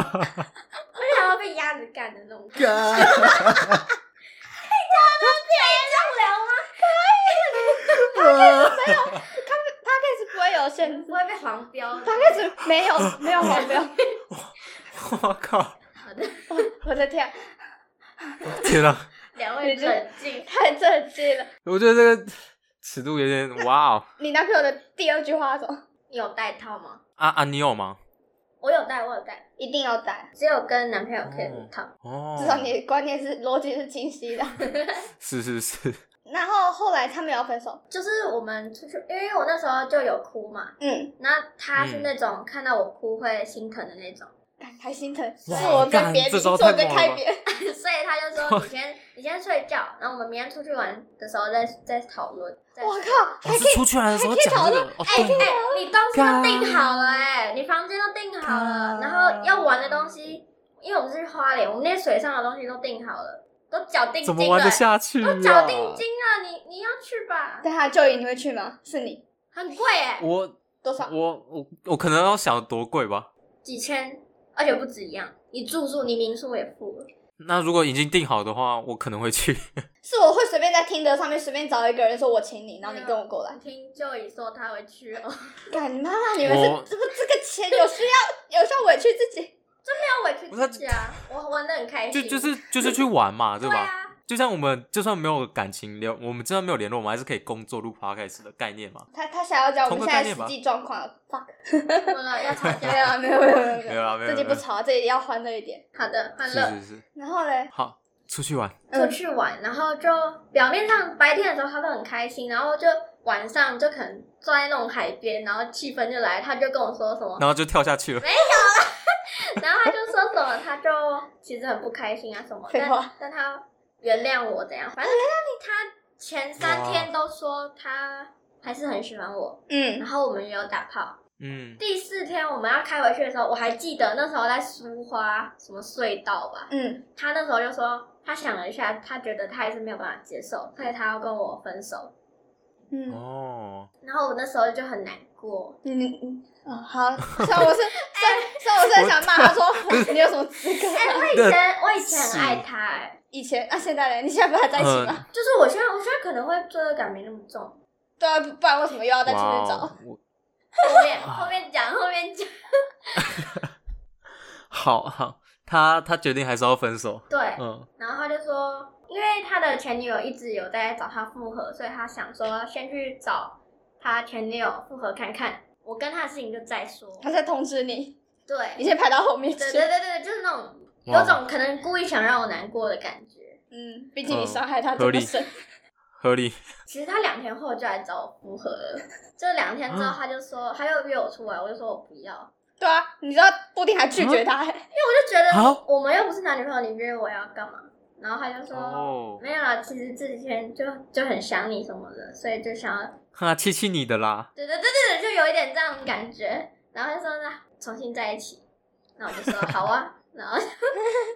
Speaker 3: 就想要被鸭子干的那种。可以这样子
Speaker 1: 他开始不会有
Speaker 3: 聊吗？
Speaker 1: 限
Speaker 3: 不
Speaker 1: 制，
Speaker 3: 会被黄标的。
Speaker 1: 他开始没有没有 黄标。
Speaker 2: 我靠！
Speaker 3: 好的，
Speaker 1: 我的天啊，
Speaker 2: 天啊，
Speaker 3: 两位冷静。
Speaker 1: 太震惊了！
Speaker 2: 我觉得这个尺度有点 哇哦。
Speaker 1: 你男朋友的第二句话是什么？
Speaker 3: 你有戴套吗？
Speaker 2: 啊啊，你有吗？
Speaker 3: 我有戴，我有戴，
Speaker 1: 一定要带，
Speaker 3: 只有跟男朋友可以无套。
Speaker 2: 哦，
Speaker 1: 至少你的观念是逻辑是清晰的。
Speaker 2: 是是是，
Speaker 1: 然后后来他们也要分手，
Speaker 3: 就是我们出去，因为我那时候就有哭嘛，
Speaker 1: 嗯，
Speaker 3: 那他是那种看到我哭会心疼的那种，
Speaker 1: 干还心疼，是
Speaker 2: 哇
Speaker 1: 我跟
Speaker 2: 干
Speaker 1: 别人，
Speaker 2: 这
Speaker 1: 是
Speaker 2: 招
Speaker 1: 我
Speaker 2: 太
Speaker 1: 跟
Speaker 2: 猛
Speaker 1: 开
Speaker 2: 了
Speaker 1: 别人。
Speaker 3: 所以他就说你先你先睡觉，然后我们明天出去玩的时候再再讨论。再
Speaker 1: 我靠，
Speaker 2: 我
Speaker 1: 还可
Speaker 2: 哦是
Speaker 1: 以
Speaker 2: 出去玩的时候
Speaker 1: 还可以
Speaker 2: 讲
Speaker 1: 讨
Speaker 2: 这个，哦，
Speaker 3: 哎哎、
Speaker 2: 对
Speaker 3: 你东西都订好了哎、你房间都订好了，
Speaker 2: 干
Speaker 3: 然后要玩的东西，因为我们是去花莲，我们那些水上的东西都订好了，都缴定
Speaker 2: 怎
Speaker 3: 金
Speaker 2: 么
Speaker 3: 了、
Speaker 2: 玩得
Speaker 3: 哎
Speaker 2: 下去
Speaker 3: 都缴
Speaker 2: 啊？
Speaker 3: 定金了，你你要去吧，
Speaker 1: 但他就以你会去吗？是你
Speaker 3: 很贵哎、
Speaker 2: 我
Speaker 1: 多少？
Speaker 2: 我我我可能要想多贵吧。
Speaker 3: 几千，而且不止一样，你住宿你民宿也付了。
Speaker 2: 那如果已经定好的话，我可能 会去。
Speaker 1: 是我会随便在听的上面随便找一个人说我请你，然后你跟我过
Speaker 2: 哦
Speaker 1: 来。
Speaker 3: 啊听就已说他会去哦，
Speaker 1: 干你妈妈！你们是
Speaker 2: 我
Speaker 1: 这不这个钱有需要有需要委屈自己？
Speaker 3: 要委屈自己啊，我玩的很开
Speaker 2: 就
Speaker 3: 心。
Speaker 2: 就是就是去玩嘛，对
Speaker 3: 对
Speaker 2: 吧？
Speaker 3: 啊，
Speaker 2: 就像我们就算没有感情联，我们就算没有联络，我们还是可以工作录 podcast 的概念嘛。
Speaker 1: 他他想要讲我们
Speaker 2: 同
Speaker 1: 现
Speaker 2: 个
Speaker 1: 在
Speaker 2: 概念
Speaker 1: 实
Speaker 2: 吧
Speaker 1: 际状况了。fuck，
Speaker 3: 怎么了？要吵
Speaker 1: 没有
Speaker 3: 架？
Speaker 1: 啊没有没有没有
Speaker 2: 没有啊没有
Speaker 1: 这集不
Speaker 2: 没有
Speaker 1: 吵啊，这里要欢乐一点。
Speaker 3: 好的，欢
Speaker 2: 是
Speaker 3: 乐嗯
Speaker 2: 是是，
Speaker 1: 然后嘞，
Speaker 2: 好，出去玩。
Speaker 1: 嗯
Speaker 3: 出去玩，然后就表面上白天的时候他都很开心，然后就晚上就可能坐在那种海边，然后气氛就来，他就跟我说什么，
Speaker 2: 然后就跳下去了。
Speaker 3: 然后他就说什么，他就其实很不开心啊什么，
Speaker 1: 废
Speaker 3: 但
Speaker 1: 话
Speaker 3: 但他原谅我怎样，反正他前三天都说他还是很喜欢我，
Speaker 1: 嗯
Speaker 3: 然，后我们也有打炮，
Speaker 2: 嗯，
Speaker 3: 第四天我们要开回去的时候，我还记得那时候在苏花什么隧道吧，
Speaker 1: 嗯，
Speaker 3: 他那时候就说他想了一下，他觉得他还是没有办法接受，所以他要跟我分手。
Speaker 1: 嗯，
Speaker 2: 哦，
Speaker 3: 然后我那时候就很难过，
Speaker 1: 你你你啊， 好，虽然我是，虽然虽然我是很想骂他说 你有什么资格？
Speaker 3: 哎、我以
Speaker 2: 那
Speaker 3: 前我以前很爱他、哎，
Speaker 1: 以前啊，现在嘞，你现在不还在一起吗？
Speaker 2: 嗯，
Speaker 3: 就是我现在我现在可能会罪恶感没那么重，
Speaker 1: 对啊，不不然为什么又要 再出
Speaker 2: 哇
Speaker 1: 去找？
Speaker 2: 哦，我
Speaker 3: 后面后面讲后面讲，
Speaker 2: 好好，他他决定还是要分手，
Speaker 3: 对，
Speaker 2: 嗯，
Speaker 3: 然后他就说，因为他的前女友一直有在找他复合，所以他想说先去找他前女友复合看看，我跟他的事情就再说。
Speaker 1: 他在通知你，你
Speaker 3: 对，
Speaker 1: 先排到后面去。
Speaker 3: 对对对对，就是那种
Speaker 2: 哇
Speaker 3: 有种可能故意想让我难过的感觉。
Speaker 1: 嗯，毕竟
Speaker 2: 嗯
Speaker 1: 你伤害他这
Speaker 2: 合
Speaker 1: 么
Speaker 2: 理
Speaker 1: 深，
Speaker 2: 合理，
Speaker 3: 其实他两天后就来找我复合了，就两天之后
Speaker 2: 啊
Speaker 3: 他就说他又约我出来，我就说我不要，
Speaker 1: 对啊，你知道布丁还拒绝他，哎
Speaker 3: 我就觉
Speaker 2: 啊
Speaker 3: 得我们又不是男女朋友，你约我要干嘛？然后他就说、
Speaker 2: 哦
Speaker 3: 没有了，其实这几天就就很想你什么的，所以就想要
Speaker 2: 哈，气气你的啦，
Speaker 3: 对对对对，对就有一点这样的感觉。然后他说那重新在一起，那我就说好啊，然后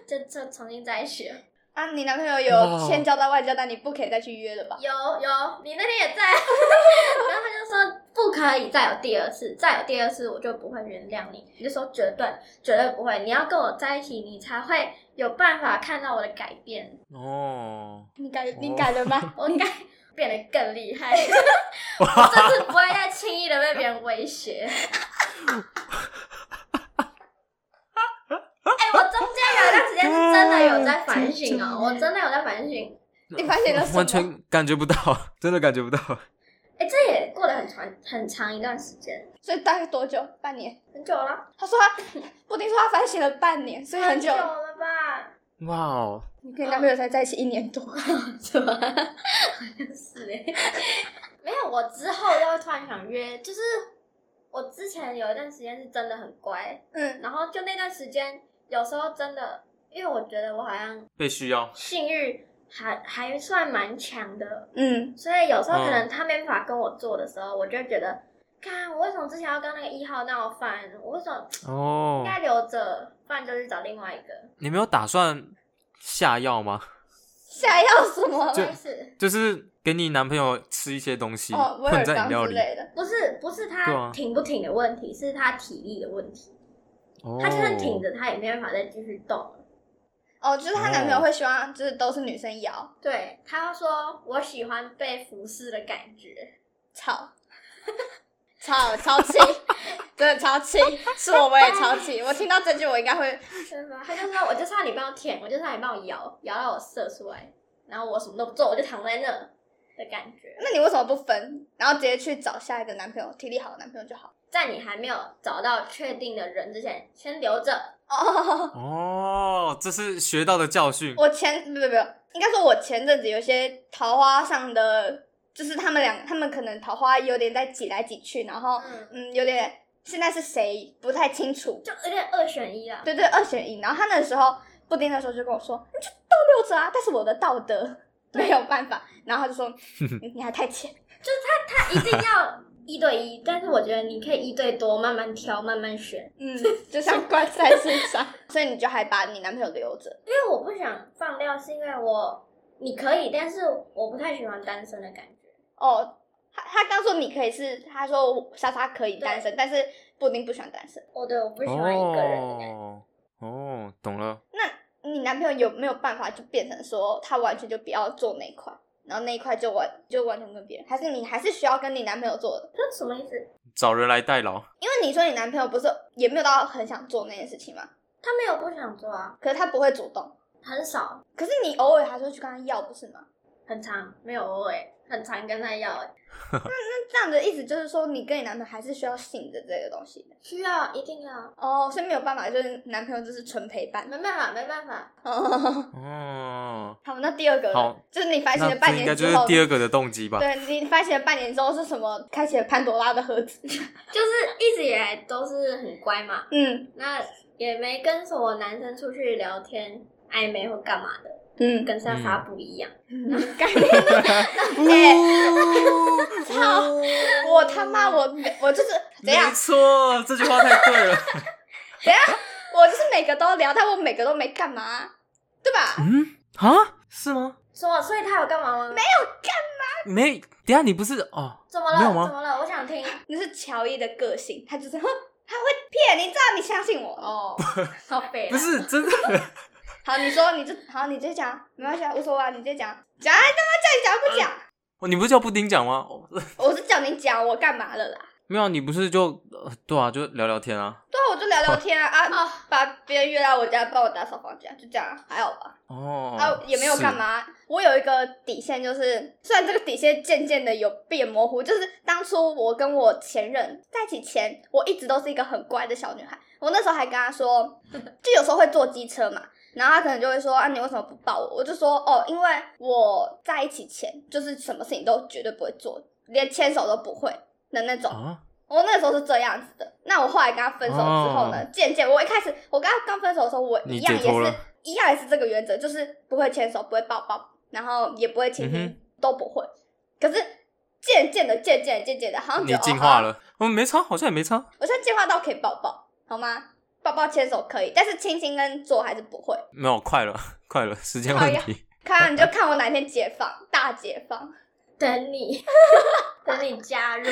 Speaker 3: 就就重新在一起了。
Speaker 1: 啊，你男朋友
Speaker 2: 哇
Speaker 1: 有千交代万交代，你不可以再去约了吧？
Speaker 3: 有有，你那天也在，然后他就说不可以再有第二次，再有第二次我就不会原谅你。你就说绝对绝对不会，你要跟我在一起，你才会有办法看到我的改变，
Speaker 2: 哦，
Speaker 1: 你改
Speaker 2: 哦
Speaker 1: 你改了吗？
Speaker 3: 我应该变得更厉害，我这次不会再轻易的被别人威胁。哎、我中间有一段时间是真的有在反省哦，我真的有在反省。
Speaker 1: 你发现了什么？
Speaker 2: 完全感觉不到， 真的感觉不到，
Speaker 3: 哎、这也过了很长很长一段时间，
Speaker 1: 所以大概多久？半年？
Speaker 3: 很久了，
Speaker 1: 他说他，布丁说他反省了半年，所以很久。
Speaker 3: 了吧？
Speaker 2: 哇哦，
Speaker 1: 你跟你男朋友才在一起一年 多，
Speaker 3: 是吧？好像是哎、 没有，我之后又会突然想约，就是我之前有一段时间是真的很乖，
Speaker 1: 嗯，
Speaker 3: 然后就那段时间有时候真的，因为我觉得我好像
Speaker 2: 被需要，
Speaker 3: 性欲还还算蛮强的，
Speaker 1: 嗯，
Speaker 3: 所以有时候可能他没办法跟我做的时候，我就会觉得，看我为什么之前要跟那个一号闹翻，我为什么
Speaker 2: 哦
Speaker 3: 应，该留着，不然就去找另外一个。
Speaker 2: 你没有打算下药吗？
Speaker 1: 下药什么？
Speaker 2: 就
Speaker 3: 不是
Speaker 2: 就是给你男朋友吃一些东西，
Speaker 1: 哦，威
Speaker 2: 混
Speaker 1: 尔
Speaker 2: 在
Speaker 1: 刚
Speaker 2: 饮料
Speaker 1: 之
Speaker 2: 里，
Speaker 1: 类的。
Speaker 3: 不是不是
Speaker 2: 对
Speaker 3: 他
Speaker 2: 啊
Speaker 3: 挺不挺的问题，是他体力的问题。
Speaker 2: 哦，
Speaker 3: 他就算挺着，他也没办法再继续动了。
Speaker 1: 哦，就是她男朋友会希望，就是都是女生摇
Speaker 3: 对，他说我喜欢被服侍的感觉。
Speaker 1: 操，操超 气，真的超气，是我我也超气。我听到这句，我应该会
Speaker 3: 真的，他就说我就是要你帮我舔，我就是要你帮我摇，摇到我射出来，然后我什么都不做，我就躺在那的感觉。
Speaker 1: 那你为什么不分，然后直接去找下一个男朋友，体力好的男朋友就好？
Speaker 3: 在你还没有找到确定的人之前，先留着。
Speaker 1: 哦，
Speaker 2: 哦，这是学到的教训，
Speaker 1: 我前不不不，应该说我前阵子有些桃花上的，就是他们两，他们可能桃花有点在挤来挤去，然后
Speaker 3: 嗯，
Speaker 1: 嗯，有点现在是谁不太清楚，
Speaker 3: 就有点二选一啦。
Speaker 1: 对对，二选一。然后他那时候布丁的时候就跟我说，你就都留着啊，但是我的道德没有办法。然后他就 说，你你还太浅。
Speaker 3: 他一定要一对一，但是我觉得你可以一对多，慢慢挑，慢慢选，
Speaker 1: 嗯，就像关在身上， 所以你就还把你男朋友留着。
Speaker 3: 因为我不想放掉，是因为我你可以，但是我不太喜欢单身的感觉。
Speaker 1: 哦，他他刚说你可以是，他说我莎莎可以单身，但是布丁不喜欢单身。
Speaker 3: 哦，对，我不喜欢一个人的感觉。
Speaker 2: 哦哦，懂了，
Speaker 1: 你男朋友有没有办法就变成说他完全就不要做那一块，然后那一块就完就完全跟别人，还是你还是需要跟你男朋友做的？
Speaker 3: 这什么意思？
Speaker 2: 找人来代劳，
Speaker 1: 因为你说你男朋友不是也没有到很想做那件事情嘛，
Speaker 3: 他没有不想做啊，
Speaker 1: 可是他不会主动，
Speaker 3: 很少，
Speaker 1: 可是你偶尔还是会去跟他要，不是吗？
Speaker 3: 很长，没有偶尔，很常跟他要欸，
Speaker 1: 那这样的意思就是说，你跟你男朋友还是需要醒着这个东西的
Speaker 3: 需要一定要，
Speaker 1: 哦，所以没有办法，就是男朋友就是纯陪伴。
Speaker 3: 没办法，没办法。
Speaker 1: 哦，
Speaker 2: 哦，
Speaker 1: 好，那第二个呢
Speaker 2: 好
Speaker 1: 就是你反省
Speaker 2: 那
Speaker 1: 了半
Speaker 2: 这应
Speaker 1: 年
Speaker 2: 该
Speaker 1: 之
Speaker 2: 就是
Speaker 1: 后，
Speaker 2: 第二个的动机 吧？
Speaker 1: 对你反省了半年之后是什么？开启了潘多拉的盒子。
Speaker 3: 就是一直以来都是很乖嘛，
Speaker 1: 嗯，
Speaker 3: 那也没跟什么男生出去聊天、暧昧或干嘛的，
Speaker 1: 嗯，
Speaker 3: 跟莎莎不一样。
Speaker 1: 干
Speaker 2: 嗯
Speaker 1: 哎操！哎我他妈我我就是怎样
Speaker 2: 没，错，这句话太对了。
Speaker 1: 我就是每个都聊，但我每个都没干嘛，对吧？
Speaker 2: 嗯啊，是吗？
Speaker 3: 说，所以他有干嘛吗？没有，
Speaker 2: 没，等一下你不是哦？
Speaker 3: 怎么
Speaker 2: 没有
Speaker 3: 了？
Speaker 2: 吗
Speaker 3: 怎么了？我想听。
Speaker 1: 那是乔伊的个性，他就是哼，他会骗你，知道你相信我。
Speaker 3: 哦，好肥啊。
Speaker 2: 不是真的，
Speaker 1: 好，你说你就好，你直接讲，没关系，啊，无所谓啊，你直接讲，讲啊，干嘛叫你讲
Speaker 2: 哦你不是叫布丁讲吗？哦
Speaker 1: 不讲？我是叫你讲，我干嘛了啦？
Speaker 2: 没有啊，你不是就呃对啊，就聊聊天啊。
Speaker 1: 对啊，我就聊聊天啊，啊，
Speaker 3: 哦，
Speaker 1: 把别人约来我家帮我打扫房间，啊就这样，还好吧？
Speaker 2: 哦，
Speaker 1: 啊，也没有干嘛。我有一个底线，就是虽然这个底线渐渐的有变模糊，就是当初我跟我前任在一起前，我一直都是一个很乖的小女孩。我那时候还跟他说， 就有时候会坐机车嘛，然后他可能就会说啊，你为什么不抱我？我就说哦，因为我在一起前就是什么事情都绝对不会做，连牵手都不会的那
Speaker 2: 是
Speaker 1: 种。
Speaker 2: 啊，
Speaker 1: 我那时候是这样子的。那我后来跟他分手之后呢，渐渐、我一开始我跟他刚分手的时候，我
Speaker 2: 哦你
Speaker 1: 一样也
Speaker 2: 解脱
Speaker 1: 是
Speaker 2: 了
Speaker 1: 一样也是这个原则，就是不会牵手，不会抱抱，然后也不会亲亲，
Speaker 2: 嗯
Speaker 1: 都不会。可是渐渐的，渐渐地渐渐的，好像觉
Speaker 2: 你
Speaker 1: 得
Speaker 2: 进
Speaker 1: 哦
Speaker 2: 化
Speaker 1: 好
Speaker 2: 了，我没差，好像也没差，
Speaker 1: 我现在进化到可以抱抱，好吗？抱抱牵手可以，但是亲亲跟做还是不会。
Speaker 2: 没有快了，快了，时间
Speaker 1: 哎
Speaker 2: 问
Speaker 1: 呀
Speaker 2: 题。嗯
Speaker 1: 看你就看我哪天解放，大解放。
Speaker 3: 等你， 等你 加入。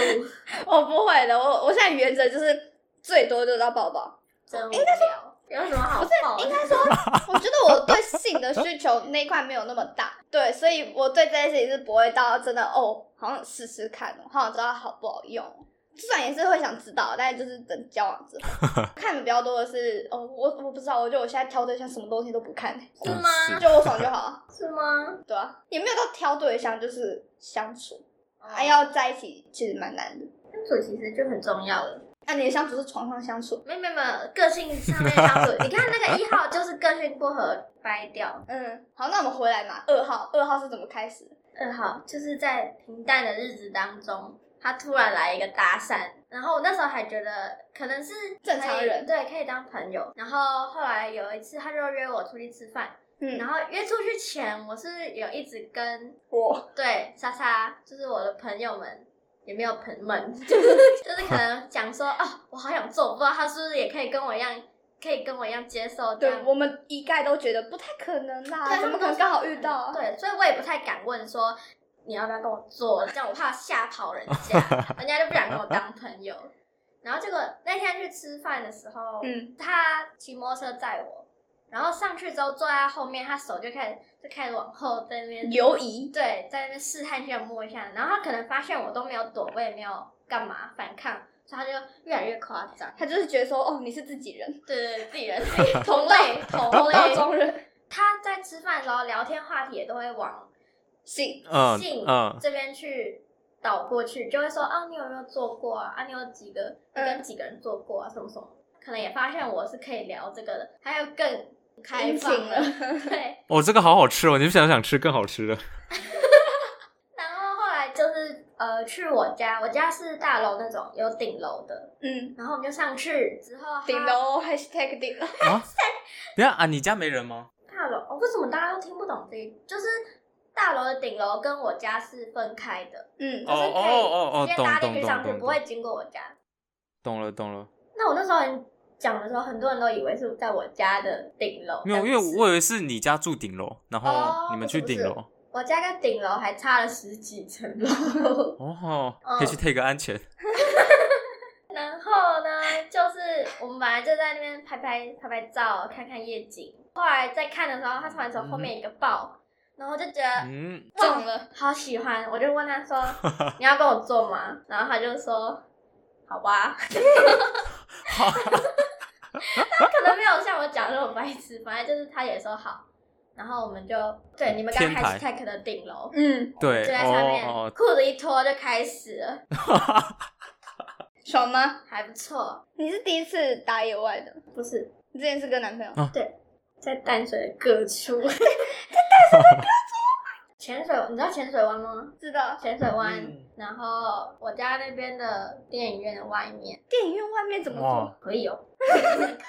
Speaker 1: 我不会的，我我现在原则就是最多就到抱抱。
Speaker 3: 真无聊，有什么好报的？
Speaker 1: 应该说， 我觉得我对性的需求那一块没有那么大， 对，所以我对这件事情是不会到真的哦，好想试试看哦，好想知道它好不好用哦。虽然也是会想知道，但是就是等交往之后看的比较多的是，哦，我我不知道，我觉得我现在挑对象什么东西都不看，
Speaker 3: 是
Speaker 2: 嗯
Speaker 3: 吗？
Speaker 1: 就我爽就好，
Speaker 3: 是吗？
Speaker 1: 对啊，也没有到挑对象，就是相处，还、
Speaker 3: 哎呀，
Speaker 1: 要在一起其实蛮难的。
Speaker 3: 相处其实就很重要了。
Speaker 1: 那、你的相处是床上相处，
Speaker 3: 没有没有没有，个性上面相处，你看那个一号就是个性不合掰掉，
Speaker 1: 嗯，好，那我们回来嘛，二号，二号是怎么开始的？
Speaker 3: 二号就是在平淡的日子当中，他突然来一个搭讪，然后我那时候还觉得可能是
Speaker 1: 正常
Speaker 3: 可以
Speaker 1: 人
Speaker 3: 对，可以当朋友。然后后来有一次，他就约我出去吃饭，
Speaker 1: 嗯，
Speaker 3: 然后约出去前，我是有一直跟
Speaker 1: 我
Speaker 3: 对，莎莎就是我的朋友们，也没有朋友们，就是可能讲说哦，我好想做，我不知道他是不是也可以跟我一样，可以跟我一样接受这
Speaker 1: 对，
Speaker 3: 样。
Speaker 1: 我们一概都觉得不太可能啦，
Speaker 3: 对，
Speaker 1: 怎么可能刚好遇到啊？
Speaker 3: 嗯对，所以我也不太敢问说你要不要跟我做，这样我怕吓跑人家，人家就不想跟我当朋友。然后结果那天去吃饭的时候，
Speaker 1: 嗯，
Speaker 3: 他骑摩托车载我，然后上去之后坐在他后面，他手就开始就开始往后在那边
Speaker 1: 犹疑，
Speaker 3: 对，在那边试探性的摸一下，然后他可能发现我都没有躲，我也没有干嘛反抗，所以他就越来越夸张。
Speaker 1: 他就是觉得说，哦，你是自己人，
Speaker 3: 对 对对，自己 人
Speaker 1: 同
Speaker 3: 同类同
Speaker 1: 同道
Speaker 3: 类
Speaker 1: 中人，
Speaker 3: 他在吃饭的时候聊天话题也都会往
Speaker 1: 性
Speaker 2: 嗯
Speaker 3: 性
Speaker 2: 嗯，
Speaker 3: 这边去倒过去，就会说啊，你有没有做过啊？啊，你有几个你跟几个人做过啊？什么什么？可能也发现我是可以聊这个的，还有更开
Speaker 1: 殷
Speaker 3: 放
Speaker 1: 勤了。
Speaker 3: 对，
Speaker 2: 哦，这个好好吃哦，你们想想吃更好吃的。
Speaker 3: 然后后来就是呃去我家，我家是大楼那种有顶楼的，
Speaker 1: 嗯，
Speaker 3: 然后我们就上去之后，
Speaker 1: 顶楼 hashtag 顶楼，
Speaker 2: 啊？等一下啊，你家没人吗？
Speaker 3: 大楼、哦，为什么大家都听不懂这一？就是大楼的顶楼跟我家是分开的，
Speaker 1: 嗯
Speaker 3: 就
Speaker 2: 哦
Speaker 3: 是可
Speaker 2: 哦哦
Speaker 3: 以直接搭
Speaker 2: 懂
Speaker 3: 电梯
Speaker 2: 懂
Speaker 3: 上
Speaker 2: 懂
Speaker 3: 去，
Speaker 2: 懂
Speaker 3: 不会经过我家。
Speaker 2: 懂了懂了，
Speaker 3: 那我那时候很讲的时候，很多人都以为是在我家的顶楼，
Speaker 2: 没有，
Speaker 3: 但
Speaker 2: 因
Speaker 3: 不是
Speaker 2: 为我以为是你家住顶楼，然
Speaker 3: 哦
Speaker 2: 后你们去顶
Speaker 3: 不
Speaker 2: 楼。
Speaker 3: 我家跟顶楼还差了十几层楼。
Speaker 2: 哦
Speaker 3: 嗯，
Speaker 2: 可以去 take 个安全。
Speaker 3: 然后呢，就是我们本来就在那边拍拍拍拍照，看看夜景。后来在看的时候，他突然从后面一个抱，然后我就觉得
Speaker 2: 嗯，
Speaker 1: 哦中了，
Speaker 3: 好喜欢，我就问 他说：“你要跟我做吗？”然后他就说：“好吧。
Speaker 2: 好，”
Speaker 3: 他可能没有像我讲的那种白痴，反正就是他也说好。然后我们就对你们刚
Speaker 2: 天
Speaker 3: 开
Speaker 2: 台
Speaker 3: 始 tag 的顶楼，
Speaker 1: 嗯，
Speaker 3: 就
Speaker 2: 对，
Speaker 3: 在上面、
Speaker 2: 哦哦，
Speaker 3: 裤子一脱就开始了，
Speaker 1: 爽吗？
Speaker 3: 还不错。
Speaker 1: 你是第一次打野外的，
Speaker 3: 不是
Speaker 1: 你之前是跟男朋友，
Speaker 3: 在淡水的各 处，在淡水的各处。潜水，你知道潜水湾吗？
Speaker 1: 知道？
Speaker 3: 潜水湾，
Speaker 2: 嗯
Speaker 3: 然后我家那边的电影院的外面
Speaker 1: 电影院外面怎么
Speaker 2: 哇
Speaker 1: 做？
Speaker 3: 可以哦，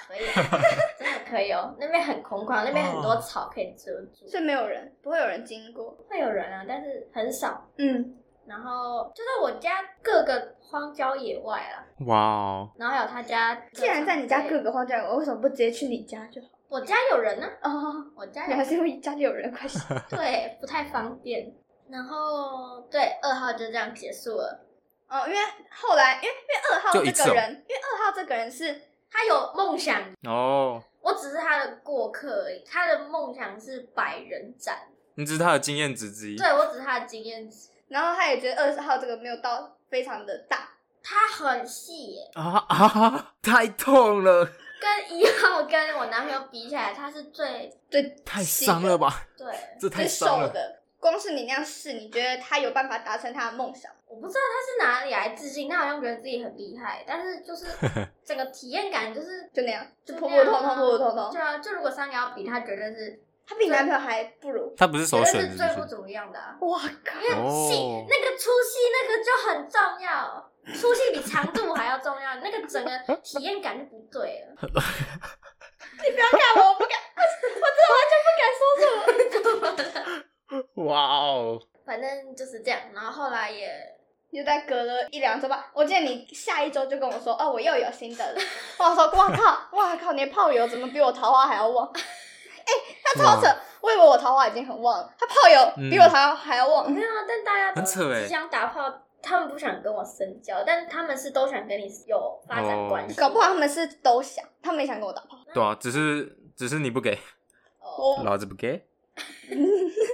Speaker 3: 可以哦，真的可以哦，那边很空旷，那边很多草可以遮住，
Speaker 1: 所以没有人，不会有人经过。
Speaker 3: 会有人啊，但是很少。
Speaker 1: 嗯，
Speaker 3: 然后就在我家各个荒郊野外啦，
Speaker 2: 哇哦，
Speaker 3: 然后还有他家。
Speaker 1: 既然在你家各个荒郊野外，为什么不直接去你家就好？
Speaker 3: 我家有人呢、
Speaker 1: 哦，
Speaker 3: 我家
Speaker 1: 你
Speaker 3: 有
Speaker 1: 还是因为家里有人关系。
Speaker 3: 对不太方便。然后对二号就这样结束了，
Speaker 1: 哦，因为后来，因为因为二号
Speaker 2: 就一
Speaker 1: 这
Speaker 2: 次哦
Speaker 1: 个人，因为二号这个人是
Speaker 3: 他有梦想，
Speaker 2: 哦，
Speaker 3: 我只是他的过客而已，他的梦想是百人斩，
Speaker 2: 你只是他的经验值之一。
Speaker 3: 对我只是他的经验值。
Speaker 1: 然后他也觉得二十号这个没有到非常的大，
Speaker 3: 他很细耶，
Speaker 2: 啊啊！太痛了，
Speaker 3: 跟一号跟我男朋友比起来，他是最
Speaker 1: 最
Speaker 2: 太
Speaker 1: 细
Speaker 2: 伤
Speaker 1: 的
Speaker 2: 了吧？
Speaker 3: 对，
Speaker 2: 这
Speaker 1: 最
Speaker 2: 太伤
Speaker 1: 瘦
Speaker 2: 了。
Speaker 1: 的。光是你那样试，你觉得他有办法达成他的梦想？
Speaker 3: 我不知道他是哪里来自信，他好像觉得自己很厉害，但是就是 整个体验感就是
Speaker 1: 就那样，就普
Speaker 3: 那
Speaker 1: 普
Speaker 3: 样
Speaker 1: 通通，
Speaker 3: 啊
Speaker 1: 普普通通
Speaker 3: 对。啊，就如果三个要比，他绝对是
Speaker 1: 他比你男朋友还不如。
Speaker 2: 他不是
Speaker 3: 绝
Speaker 2: 首
Speaker 3: 对
Speaker 2: 选，
Speaker 3: 是
Speaker 2: 是
Speaker 3: 最不
Speaker 2: 不是？
Speaker 3: 怎么样的、啊。
Speaker 1: 哇靠！
Speaker 3: 因为戏、
Speaker 2: 哦
Speaker 3: 那个出戏那个就很重要，出戏比长度还要重要，那个整个体验感就不对 了。
Speaker 1: 你不要看我，我不敢，我真的完全不敢说出口。
Speaker 2: 哇哦！
Speaker 3: 反正就是这样，然后后来也
Speaker 1: 你就在隔了一两周吧，我记得你下一周就跟我说，哦，我又有新的了。我说，哇靠，哇靠，你的炮友怎么比我桃花还要旺？哎、 他超扯
Speaker 2: 哇，嗯
Speaker 1: 我以为我桃花已经很旺了，他炮友比我桃花还要旺。
Speaker 3: 没有，啊但大家都
Speaker 2: 很扯欸
Speaker 3: 只想打炮，他们不想跟我深交，但他们是都想跟你有发
Speaker 2: 哦
Speaker 3: 展关系，
Speaker 1: 搞不好他们是都想，他们也想跟我打炮，
Speaker 2: 对啊，只是只是你不给，
Speaker 3: 哦。
Speaker 1: 我
Speaker 2: 老子不给。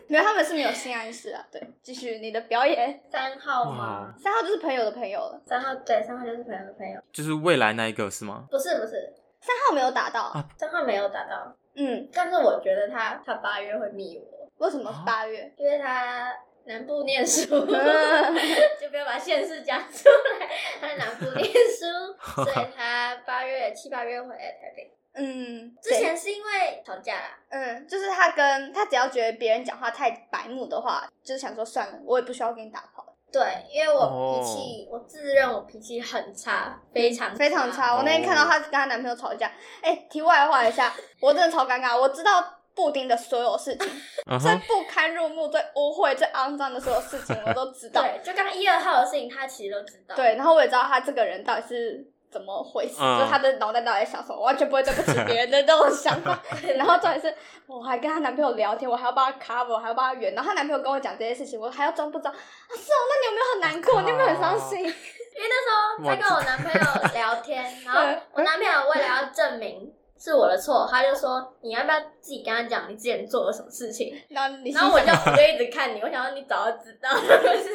Speaker 1: 没有，他们是没有性暗示啊。对，继续你的表演，
Speaker 3: 三号吗？
Speaker 1: 三号就是朋友的朋友了，
Speaker 3: 三号对，三号就是朋友的朋友，
Speaker 2: 就是未来那一个是吗？
Speaker 3: 不是不是，
Speaker 1: 三号没有打到，
Speaker 2: 啊
Speaker 3: 三号没有打到，
Speaker 1: 嗯，
Speaker 3: 但是我觉得他他八月会密我，
Speaker 1: 为什么八月？
Speaker 3: 因为他南部 念书。就不要把现实讲出来。他在南部念 书，所以他八月七八月回来台北。
Speaker 1: 嗯，
Speaker 3: 之前是因为吵架啦，
Speaker 1: 嗯，就是他跟他只要觉得别人讲话太白目的话，就是想说算了，我也不需要跟你打炮，
Speaker 3: 对，因为我脾
Speaker 2: 哦
Speaker 3: 气，我自认我脾气很差，非常
Speaker 1: 嗯非常差。我那天看到她跟她男朋友吵架，哎、题外话一下，我真的超尴尬。我知道布丁的所有事情，
Speaker 2: 嗯
Speaker 1: 最
Speaker 2: 哼，
Speaker 1: 不堪入目、最污秽、最肮脏的所有事情，我都知道。
Speaker 3: 对，就刚刚一二号的事情，他其实都知道。
Speaker 1: 对，然后我也知道他这个人到底是怎么回事，
Speaker 2: 嗯
Speaker 1: 就是他的脑袋到底在想什么，我完全不会对不起别人的那种想 法。然后重点是，我还跟她男朋友聊天，我还要帮她 cover，我还要帮她圆。然后她男朋友跟我讲这些事情，我还要装不知道。啊，是哦，那你有没有很难过？你有没有很伤
Speaker 2: 啊
Speaker 1: 心？
Speaker 3: 因为那时候在跟我男朋友聊天，然后我男朋友为了要证明。是我的错，他就说你要不要自己跟他讲你之前做了什么事情？
Speaker 1: 然后你心
Speaker 3: 然后我
Speaker 1: 想
Speaker 3: 就我就一直看你，我想说你早就知道，就是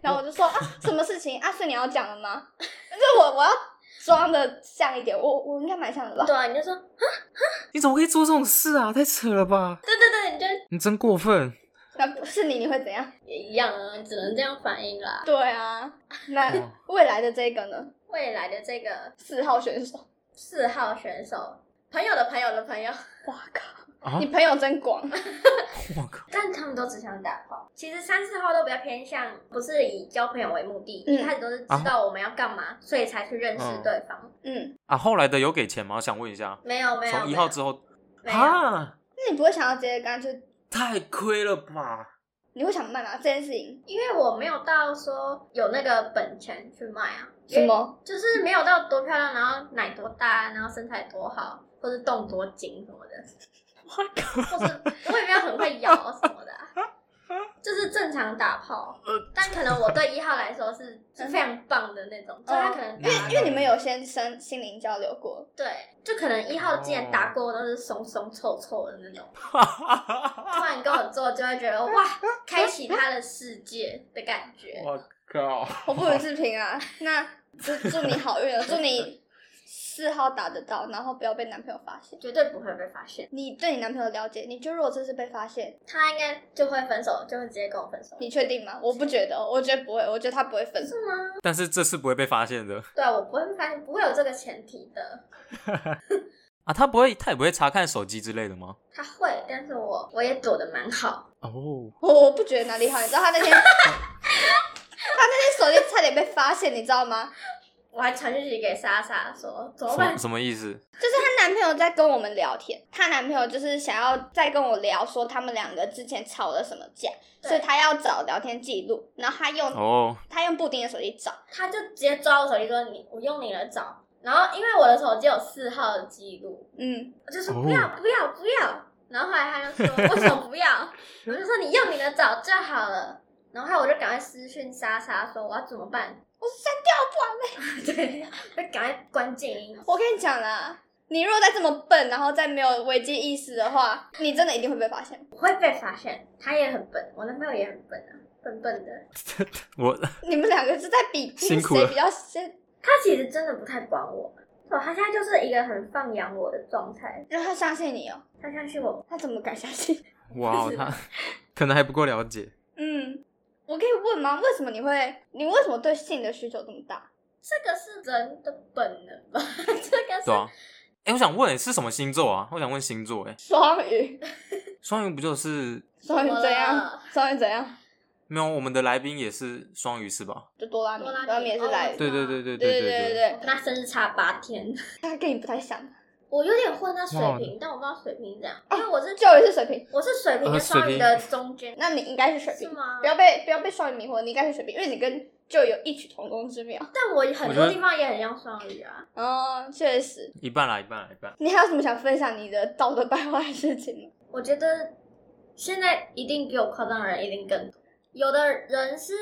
Speaker 1: 然后我就说啊，什么事情啊？是你要讲了吗？ 就是我我要装的像一点，我我应该蛮像的吧
Speaker 3: 对？啊，你就说
Speaker 2: 你怎么可以做这种事啊？太扯了吧！
Speaker 3: 对对对，你就
Speaker 2: 你真过分。
Speaker 1: 那不是你，你会怎样？
Speaker 3: 也一样啊，只能这样反应啦。
Speaker 1: 对啊，那
Speaker 2: 哦
Speaker 1: 未来的这个呢？
Speaker 3: 未来的这个
Speaker 1: 四号选手，
Speaker 3: 四号选手，朋友的朋友的朋友，
Speaker 1: 哇靠！
Speaker 2: 啊
Speaker 1: 你！朋友真广，
Speaker 2: 我靠！
Speaker 3: 但他们都只想打炮。其实三四号都比较偏向，不是以交朋友为目的，
Speaker 1: 嗯啊
Speaker 3: 一开始都是知道我们要干嘛，所以才去认识对方。
Speaker 1: 嗯，
Speaker 2: 啊，后来的有给钱吗？我想问一下，
Speaker 3: 没有没有，
Speaker 2: 从一号之后，
Speaker 3: 没有，
Speaker 2: 啊，
Speaker 1: 那你不会想要直接跟他去？
Speaker 2: 太亏了 吧？
Speaker 1: 你会想卖吗？这件事情
Speaker 3: 因为我没有到说有那个本钱去卖啊。
Speaker 1: 什？么？
Speaker 3: 就是没有到多漂亮，然后奶多大，然后身材多好，或是动多紧什么的。
Speaker 1: 我靠！
Speaker 3: 或是我也没有很会咬什么的啊、就是正常打炮。
Speaker 1: 呃
Speaker 3: 但可能我对一号来说是是非常棒的那种，就他可能
Speaker 1: 嗯因
Speaker 3: 打
Speaker 1: 为因为你们有先生心灵交流过，
Speaker 3: 对，就可能一号之前打过都是松松臭臭的那种，突然跟我做就会觉得哇，开启他的世界的感觉。
Speaker 2: 我靠！
Speaker 1: 我不予置评啊。那祝祝你好运哦，祝你四号打得到，然后不要被男朋友发现。
Speaker 3: 绝对不会被发现，
Speaker 1: 你对你男朋友了解，你觉得如果这次被发现，
Speaker 3: 他应该就会分手，就会直接跟我分手。
Speaker 1: 你确定吗？我不觉得哦，我觉得不会，我觉得他不会分手。
Speaker 2: 但是这次不会被发现的
Speaker 3: 对啊，我不会发现，不会有这个前提的。
Speaker 2: 啊！他不会，他也不会查看手机之类的吗？
Speaker 3: 他会，但是我我也躲得蛮好。
Speaker 2: 哦，
Speaker 1: 我我不觉得哪里好，你知道他那天， 他那天手机差点被发现，你知道吗？
Speaker 3: 我还传讯息给莎莎说，怎么
Speaker 2: 什
Speaker 3: 办
Speaker 2: 么？什么意思？
Speaker 1: 就是她男朋友在跟我们聊天，她男朋友就是想要再跟我聊说他们两个之前吵了什么架，
Speaker 3: 对
Speaker 1: 所以她要找聊天记录，然后她用
Speaker 2: 哦，
Speaker 1: 她用布丁的手机找，
Speaker 3: 他就直接抓我手机说你，我用你的找。然后因为我的手机有四号的记录，
Speaker 1: 嗯，
Speaker 3: 我就说
Speaker 2: 哦
Speaker 3: 不要不要不要。然后后来他就说为什么 不要？我就说你用你的找就好了。然后后来我就赶快私讯莎莎说我要怎么办？
Speaker 1: 我删掉
Speaker 3: 对，就赶快关静音。
Speaker 1: 不完美。我跟你讲啦，你如果再这么笨，然后再没有危机意识的话，你真的一定会被发现。
Speaker 3: 我会被发现，他也很笨，我男朋友也很笨啊，笨笨的。
Speaker 2: 我
Speaker 1: 你们两个是在比拼
Speaker 2: 辛苦
Speaker 1: 谁
Speaker 2: 了
Speaker 1: 比较先，
Speaker 3: 他其实真的不太管我，哦，他现在就是一个很放养我的状态，
Speaker 1: 让他相信你哦，
Speaker 3: 他相信我。
Speaker 1: 他怎么敢相信？
Speaker 2: 哇，他可能还不够了解。
Speaker 1: 嗯，我可以问吗？为什么你会，你为什么对性的需求这么大？
Speaker 3: 这个是人的本能吧？ 这个是、
Speaker 2: 对啊，哎、我想问、是什么星座啊？我想问星座、哎，
Speaker 1: 双鱼，
Speaker 2: 双鱼不就是
Speaker 1: 双鱼
Speaker 3: 怎么
Speaker 1: 怎样
Speaker 3: 了？
Speaker 1: 双鱼怎样？
Speaker 2: 没有？我们的来宾也是双鱼是吧？
Speaker 1: 就多拉米，
Speaker 3: 多拉米
Speaker 1: 拉米也是来
Speaker 3: 哦
Speaker 1: 源，
Speaker 2: 对对对
Speaker 1: 对
Speaker 2: 对对
Speaker 1: 对
Speaker 2: 对，
Speaker 1: 对，
Speaker 3: 跟他生日差八天，
Speaker 1: 他跟你不太像，
Speaker 3: 我有点混到水平，但我不知道水平是怎样，
Speaker 2: 啊
Speaker 3: 因为我是
Speaker 1: 就也是水瓶，
Speaker 3: 我是水平
Speaker 2: 呃
Speaker 3: 跟
Speaker 2: 水
Speaker 3: 双鱼
Speaker 2: 瓶
Speaker 3: 的中间，
Speaker 1: 那你应该是水
Speaker 3: 是
Speaker 1: 瓶，
Speaker 3: 吗
Speaker 1: 不？要被不要被双鱼迷惑，你应该是水瓶，因为你跟就有异曲同工之妙。
Speaker 3: 但我很
Speaker 2: 我觉
Speaker 3: 多
Speaker 2: 得
Speaker 3: 地方也很像双鱼啊。
Speaker 1: 嗯，确实。
Speaker 2: 一半啦，一半啦，一半。
Speaker 1: 你还有什么想分享你的道德败坏的事情吗？
Speaker 3: 我觉得现在一定比我夸张的人一定更多。有的人是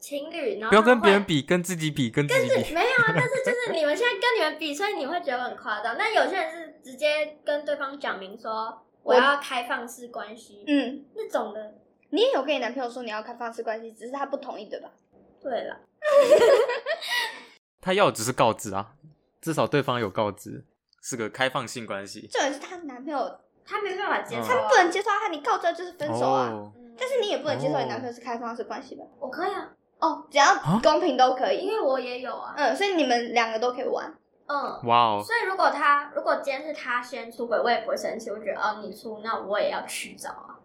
Speaker 3: 情侣，然后
Speaker 2: 不要
Speaker 3: 他
Speaker 2: 跟别人
Speaker 3: 啊会
Speaker 2: 比，跟自己比，跟自己比。
Speaker 3: 没有啊，但是就是你们现在跟你们比，所以你会觉得很夸张。但有些人是直接跟对方讲明说我
Speaker 1: 我
Speaker 3: 要开放式关系，
Speaker 1: 嗯，
Speaker 3: 那种的。
Speaker 1: 你也有跟你男朋友说你要开放式关系，只是他不同意，对吧？
Speaker 3: 对了，
Speaker 2: 他要的只是告知啊，至少对方有告知，是个开放性关系。
Speaker 1: 这也是她男朋友，
Speaker 3: 他没办法接受、
Speaker 2: 嗯
Speaker 1: 他
Speaker 3: 啊，
Speaker 1: 不能接受啊，你告知就是分手啊。
Speaker 2: 哦，
Speaker 3: 嗯。
Speaker 1: 但是你也不能接受你
Speaker 2: 哦
Speaker 1: 男朋友是开放式关系吧？
Speaker 3: 我可以啊，
Speaker 1: 哦，只要
Speaker 2: 啊
Speaker 1: 公平都可
Speaker 3: 因
Speaker 1: 以。
Speaker 3: 为我也有啊，
Speaker 1: 嗯，所以你们两个都可以玩。
Speaker 3: 嗯。
Speaker 2: 哇哦，
Speaker 3: 所以如果他如果今天是他先出轨，我也不会生气，我觉得哦你出，那我也要去找 啊，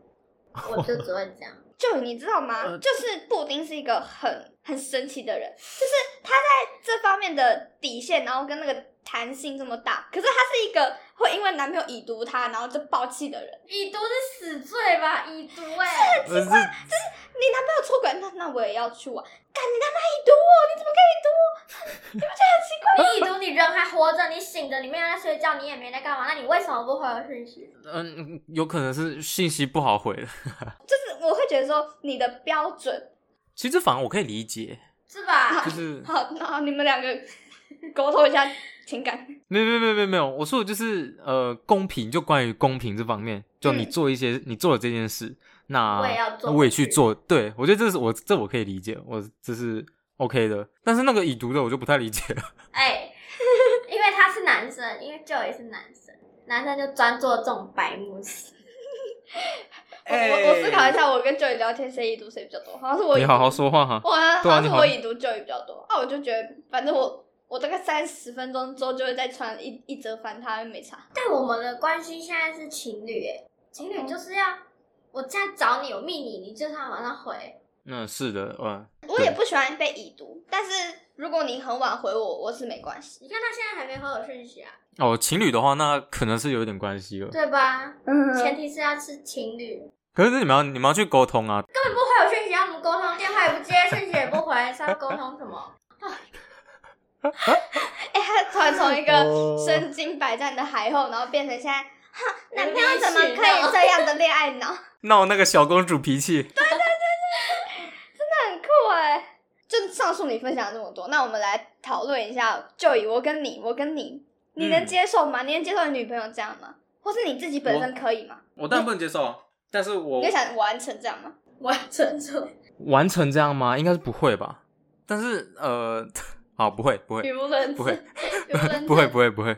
Speaker 3: 我就只会这样。
Speaker 1: 就你知道吗？
Speaker 2: 呃
Speaker 1: 就是布丁是一个很很神奇的人，就是他在这方面的底线，然后跟那个弹性这么大，可是他是一个会因为男朋友已读他，然后就爆气的人。
Speaker 3: 已读是死罪吧？已读哎、
Speaker 2: 呃是
Speaker 1: 你男朋友出轨，那那我也要去玩。干，你他妈已读我，你怎么可以读我？
Speaker 3: 你已读，你人还活着，你醒着，你没有在睡觉，你也没在干嘛，那你为什么不回我讯息？
Speaker 2: 嗯，有可能是信息不好回了。
Speaker 1: 就是我会觉得说你的标准，
Speaker 2: 其实这反而我可以理解，
Speaker 3: 是 吧
Speaker 2: 就？是
Speaker 1: 好，那你们两个沟通一下情感。
Speaker 2: 没有没有没有没有没有，我说的就是呃公平，就关于公平这方面，就你
Speaker 1: 嗯
Speaker 2: 做一些、你做了这件事，那
Speaker 3: 我也要做
Speaker 2: 那我也去
Speaker 3: 回去
Speaker 2: 做，对我觉得这是我这我可以理解，我这是 OK 的，但是那个已读的我就不太理解了。
Speaker 3: 哎、因为他是男生，因为 Joe 也是男生，男生就专做这种白目事。
Speaker 1: 我我我思考一下，我跟 Joy 聊天谁已读谁比较多，好像是我已
Speaker 2: 你
Speaker 1: 读
Speaker 2: 好好说 话哈。
Speaker 1: 我好像
Speaker 2: 对啊
Speaker 1: 好像
Speaker 2: 你
Speaker 1: 是
Speaker 2: 好
Speaker 1: 我已读 Joy 比较多，啊，我就觉得反正我我大概三十分钟之后就会再传一一折翻他，没差。
Speaker 3: 但我们的关系现在是情侣、哎，情侣就是要我现在找你，我密你，你就是要马上回。
Speaker 2: 嗯，是的，嗯，
Speaker 1: 我也不喜欢被已读，但是如果你很晚回我，我是没关系。
Speaker 3: 你看他现在还没回我讯息啊，
Speaker 2: 哦，情侣的话，那可能是有一点关系了。
Speaker 3: 对吧？
Speaker 1: 嗯
Speaker 3: 前提是要是情侣，
Speaker 2: 可是你们要你们要去沟通啊，
Speaker 3: 根本不回我讯息，要我们沟通，电话也不接，讯息也不回，是要沟通什么？
Speaker 1: 哎、他突然从一个
Speaker 2: 哦
Speaker 1: 身经百战的海后，然后变成现在，哼，男朋友
Speaker 3: 无理
Speaker 1: 怎么
Speaker 3: 取
Speaker 1: 可以
Speaker 3: 闹
Speaker 1: 这样的恋爱脑？
Speaker 2: 闹那个小公主脾气。
Speaker 1: 很酷哎、就上述你分享了这么多，那我们来讨论一下，就以我跟你，我跟你，你能
Speaker 2: 嗯
Speaker 1: 接受吗？你能接受你女朋友这样吗？或是你自己本身可以吗？
Speaker 2: 我当然不能接受，啊，但是我
Speaker 1: 你就想完成这样吗？
Speaker 3: 完整住。
Speaker 2: 完成这样吗？应该是不会吧。但是呃， 好，不会不会
Speaker 1: 语无伦次
Speaker 2: 不会，
Speaker 1: 语无伦次
Speaker 2: 不会不会不会，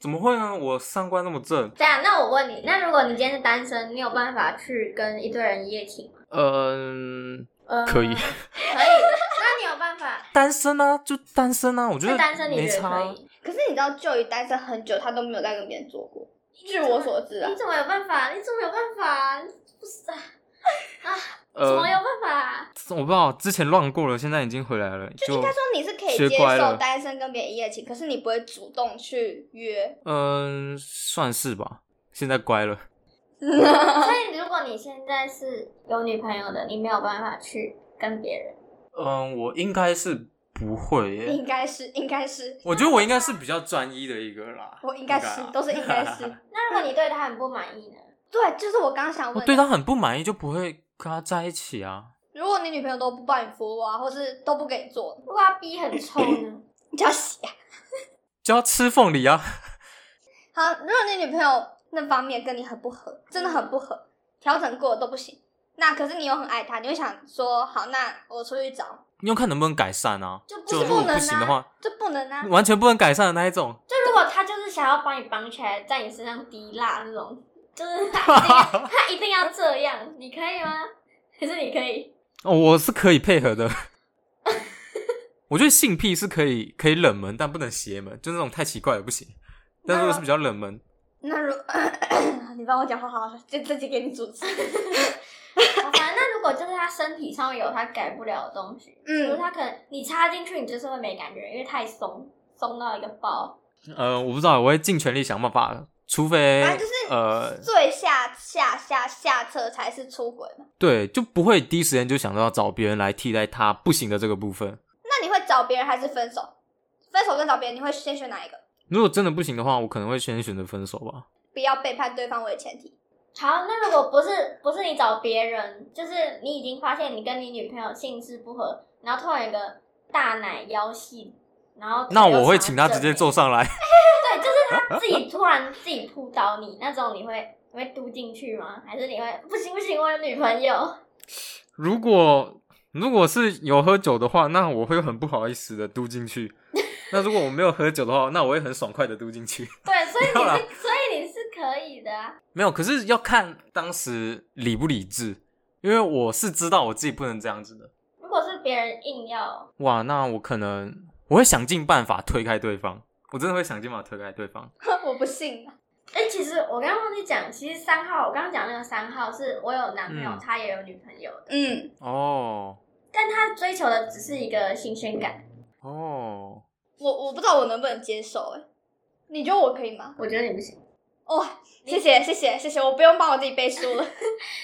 Speaker 2: 怎么会呢？我三观那么正，
Speaker 3: 对啊，那我问你，那如果你今天是单身，你有办法去跟一堆人一夜情吗？
Speaker 2: 嗯、
Speaker 3: 呃
Speaker 2: 可以
Speaker 3: 可以。那你有办法？
Speaker 2: 单身啊，就单身啊，我觉
Speaker 3: 那
Speaker 2: 得
Speaker 3: 单身你
Speaker 2: 没
Speaker 3: 觉得
Speaker 2: 差
Speaker 3: 可
Speaker 2: 啊。
Speaker 3: 以？
Speaker 1: 可是你知道，就以单身很久，他都没有再跟别人做过。据我所知啊
Speaker 3: 你，怎么有办法？你怎么有办法？你不是啊？怎么有
Speaker 2: 呃，
Speaker 3: 办法啊？
Speaker 2: 我不知道，之前乱过了，现在已经回来了，就
Speaker 1: 应该说你是可以
Speaker 2: 学
Speaker 1: 接
Speaker 2: 乖
Speaker 1: 受
Speaker 2: 了
Speaker 1: 单身跟别人一夜情，可是你不会主动去约。
Speaker 2: 嗯、算是吧，现在乖了。
Speaker 3: 所以如果你现在是有女朋友的，你没有办法去跟别人。
Speaker 2: 嗯、我应该是不 会
Speaker 1: 应
Speaker 2: 耶，
Speaker 1: 该是，应该是，
Speaker 2: 我觉得我应该是比较专一的一个啦。
Speaker 1: 我应该是
Speaker 2: 啊，
Speaker 1: 都是应该 是。
Speaker 3: 那如果你对他很不满意呢？
Speaker 1: 对，就是我刚想问
Speaker 2: 我
Speaker 1: 的，
Speaker 2: 哦对啊他很不满意，就不会跟他在一起啊。
Speaker 1: 如果你女朋友都不帮你服务啊，或是都不给你做，
Speaker 3: 如果他逼很 臭呢？
Speaker 1: 你就要洗啊。
Speaker 2: 就要吃凤梨啊！
Speaker 1: 好，如果你女朋友那方面跟你很不合，真的很不合，调整过都不行，那可是你又很爱她，你会想说，好，那我出去找，
Speaker 2: 你要看能不能改善啊。
Speaker 1: 就不
Speaker 2: 就是如果
Speaker 1: 不能
Speaker 2: 不行的
Speaker 1: 啊，
Speaker 2: 话，
Speaker 1: 就不能啊。
Speaker 2: 完全不能改善的那一种。
Speaker 3: 就如果他就是想要把你绑起来，在你身上滴蜡那种，就是他一定要他一定要这样，你可以吗？还是你可以？
Speaker 2: 哦，我是可以配合的。 我觉得性癖是可以可以冷门，但不能邪门，就那种太奇怪也不行。但如果是比较冷门，
Speaker 1: 那如 你帮我讲话好了，就自己给你主 持。
Speaker 3: 好反正那如果就是他身体上面有他改不了的东西，比如
Speaker 1: 嗯，
Speaker 3: 他可能你插进去，你就是会没感觉，因为太松，松到一个爆。
Speaker 2: 呃，我不知道，我会尽全力想办法，除非
Speaker 1: 反正就是
Speaker 2: 呃，
Speaker 1: 最下下下下策才是出轨嘛。
Speaker 2: 对，就不会第一时间就想到要找别人来替代他不行的这个部分。
Speaker 1: 那你会找别人还是分手？分手跟找别人，你会先选哪一个？
Speaker 2: 如果真的不行的话，我可能会先选择分手吧。
Speaker 1: 不要背叛对方为前提。
Speaker 3: 好，那如果不是不是你找别人，就是你已经发现你跟你女朋友性质不合，然后突然有一个大奶腰细，然后
Speaker 2: 那
Speaker 3: 又
Speaker 2: 我会
Speaker 3: 想
Speaker 2: 请
Speaker 3: 要
Speaker 2: 他直
Speaker 3: 正
Speaker 2: 接
Speaker 3: 面
Speaker 2: 坐上来。
Speaker 3: 对，就是他 自己突然自己扑倒你，那种你会你会嘟进去吗？还是你会不行不行，我有女朋友？
Speaker 2: 如果如果是有喝酒的话，那我会很不好意思的嘟进去。那如果我没有喝酒的话，那我会很爽快的嘟进去。
Speaker 3: 对，所以
Speaker 2: 没有啦
Speaker 3: 你是所以你是可以的啊、
Speaker 2: 没有，可是要看当时理不理智，因为我是知道我自己不能这样子的。
Speaker 3: 如果是别人硬要，
Speaker 2: 哇，那我可能我会想尽办法推开对方，我真的会想尽办法推开对方。
Speaker 1: 我不信啊，
Speaker 3: 哎、其实我刚刚忘记讲，其实三号我刚刚讲那个三号是我有男朋友，
Speaker 2: 嗯
Speaker 3: 他也有女朋友的，
Speaker 1: 嗯，
Speaker 2: 哦
Speaker 3: 但他追求的只是一个新鲜感，
Speaker 2: 哦，
Speaker 1: 我我不知道我能不能接受哎、你觉得我可以吗？
Speaker 3: 我觉得你不行，
Speaker 1: 哦，谢谢谢谢谢谢，我不用帮我自己背书 了。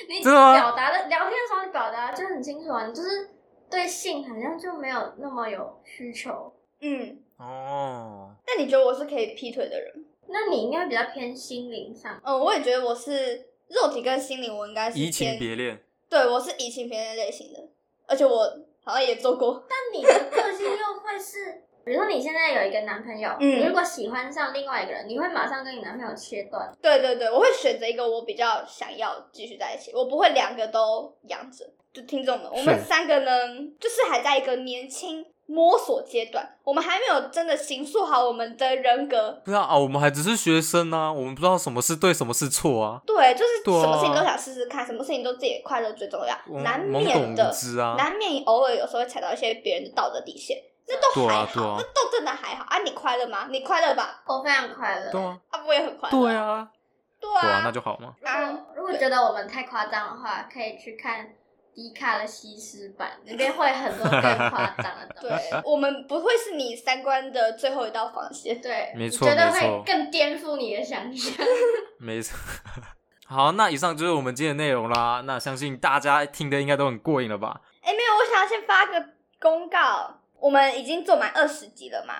Speaker 3: 你
Speaker 2: 真的吗
Speaker 3: 表达的聊天的时候你表达就很清楚啊，你就是对性好像就没有那么有需求，
Speaker 1: 嗯，
Speaker 2: 哦，
Speaker 1: 那你觉得我是可以劈腿的人吗？
Speaker 3: 那你应该比较偏心灵上。
Speaker 1: 嗯，我也觉得我是肉体跟心灵，我应该是
Speaker 2: 移
Speaker 1: 偏
Speaker 2: 情别恋，
Speaker 1: 对，我是移情别恋类型的，而且我好像也做过。
Speaker 3: 你的个性又会是，比如说你现在有一个男朋友，
Speaker 1: 嗯
Speaker 3: 你如果喜欢上另外一个人，你会马上跟你男朋友切断。
Speaker 1: 对对对，我会选择一个我比较想要继续在一起，我不会两个都养着。就听众们，我们
Speaker 2: 是
Speaker 1: 三个呢，就是还在一个年轻摸索阶段，我们还没有真的形塑好我们的人格。
Speaker 2: 不知道啊，我们还只是学生啊，我们不知道什么是对，什么是错啊，
Speaker 1: 对，就是
Speaker 2: 对啊
Speaker 1: 什么事情都想试试看，什么事情都自己快乐最重
Speaker 2: 我
Speaker 1: 要，
Speaker 2: 们
Speaker 1: 难
Speaker 2: 懵懂
Speaker 1: 免的
Speaker 2: 无，知啊，
Speaker 1: 难免偶尔有时候会踩到一些别人的道德底线，那都
Speaker 2: 对
Speaker 1: 还
Speaker 2: 啊
Speaker 1: 好，
Speaker 2: 对啊
Speaker 1: 那都真的还好啊。你快乐吗？你快乐吧？
Speaker 3: 我哦非常快乐。
Speaker 2: 对啊，
Speaker 1: 啊，我也很快乐。
Speaker 2: 对，啊，
Speaker 1: 对
Speaker 2: 对啊，那
Speaker 1: 啊，
Speaker 2: 就好嘛。
Speaker 3: 如果如果觉得我们太夸张的话，可以去看迪卡的西施版，那边会很多更夸张的东
Speaker 1: 啊对
Speaker 3: 西。，
Speaker 1: 我们不会是你三观的最后一道防线。
Speaker 3: 对，
Speaker 2: 没错
Speaker 3: 你觉得
Speaker 2: 没错
Speaker 3: 会更颠覆你的想象。
Speaker 2: 没错。 好，那以上就是我们今天的内容啦。那相信大家听的应该都很过瘾了吧？
Speaker 1: 哎，没有，我想要先发个公告，我们已经做满二十集了嘛。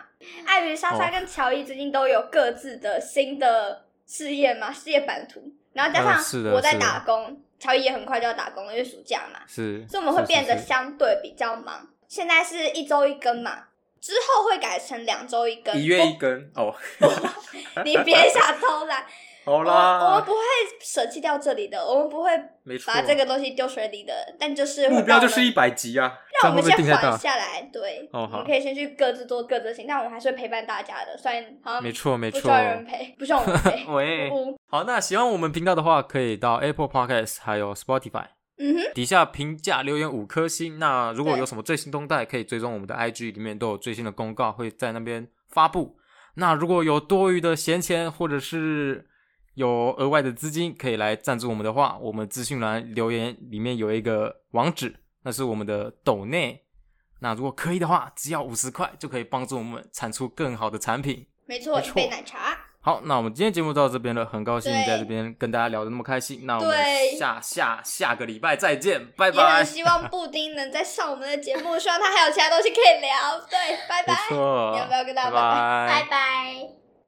Speaker 1: 碍于莎莎
Speaker 2: 哦
Speaker 1: 跟乔伊最近都有各自的新的事业嘛，事业版图，然后加
Speaker 2: 嗯是
Speaker 1: 上
Speaker 2: 的
Speaker 1: 我在
Speaker 2: 是的
Speaker 1: 打工，乔伊也很快就要打工了，因为暑假嘛，
Speaker 2: 是，
Speaker 1: 所以我们会
Speaker 2: 是
Speaker 1: 变得
Speaker 2: 是是
Speaker 1: 相对比较忙。现在是一周一更嘛，之后会改成两周一更。
Speaker 2: 一月一根哦。
Speaker 1: 不，你别想偷懒，
Speaker 2: 好
Speaker 1: 我们我们
Speaker 2: 啦，
Speaker 1: 不会舍弃掉这里的，我们不会
Speaker 2: 没错
Speaker 1: 哦把，这个东西丢水里的，但就是会
Speaker 2: 目标
Speaker 1: 让我
Speaker 2: 就是
Speaker 1: 们
Speaker 2: 一百集啊，这
Speaker 1: 让我们
Speaker 2: 样会不会定
Speaker 1: 先
Speaker 2: 太
Speaker 1: 缓
Speaker 2: 大？
Speaker 1: 下来，对，
Speaker 2: 哦
Speaker 1: 我
Speaker 2: 好
Speaker 1: 们可以先去各自做各自的事情，但我们还是会陪伴大家的，虽然好像欸
Speaker 2: 没错没
Speaker 1: 不需
Speaker 2: 错
Speaker 1: 要有。人陪，不需 要我们哎 陪，
Speaker 2: 喂，
Speaker 1: 呜
Speaker 2: 好，那喜欢我们频道的话，可以到 Apple Podcast 还有 Spotify
Speaker 1: 嗯哼，
Speaker 2: 底下评价留言五颗星。那如果
Speaker 1: 对
Speaker 2: 有什么最新动态，可以追踪我们的 IG，里面都有最新的公告会在那边发布。那如果有多余的闲钱或者是有额外的资金可以来赞助我们的话，我们资讯栏留言里面有一个网址，那是我们的抖内。那如果可以的话，只要五十块就可以帮助我们产出更好的产品。
Speaker 1: 没错，
Speaker 2: 没错
Speaker 1: 一杯奶茶。
Speaker 2: 好，那我们今天节目到这边了，很高兴
Speaker 1: 对
Speaker 2: 在这边跟大家聊得那么开心。那我们
Speaker 1: 对
Speaker 2: 下下下个礼拜再见，拜
Speaker 1: 也
Speaker 2: 拜
Speaker 1: 很。希望布丁能再上我们的节目，希望他还有其他东西可以聊。对，拜
Speaker 2: 没
Speaker 1: 拜。
Speaker 2: 错，
Speaker 1: 你要不要跟大家
Speaker 2: 拜
Speaker 1: 拜
Speaker 3: 拜拜。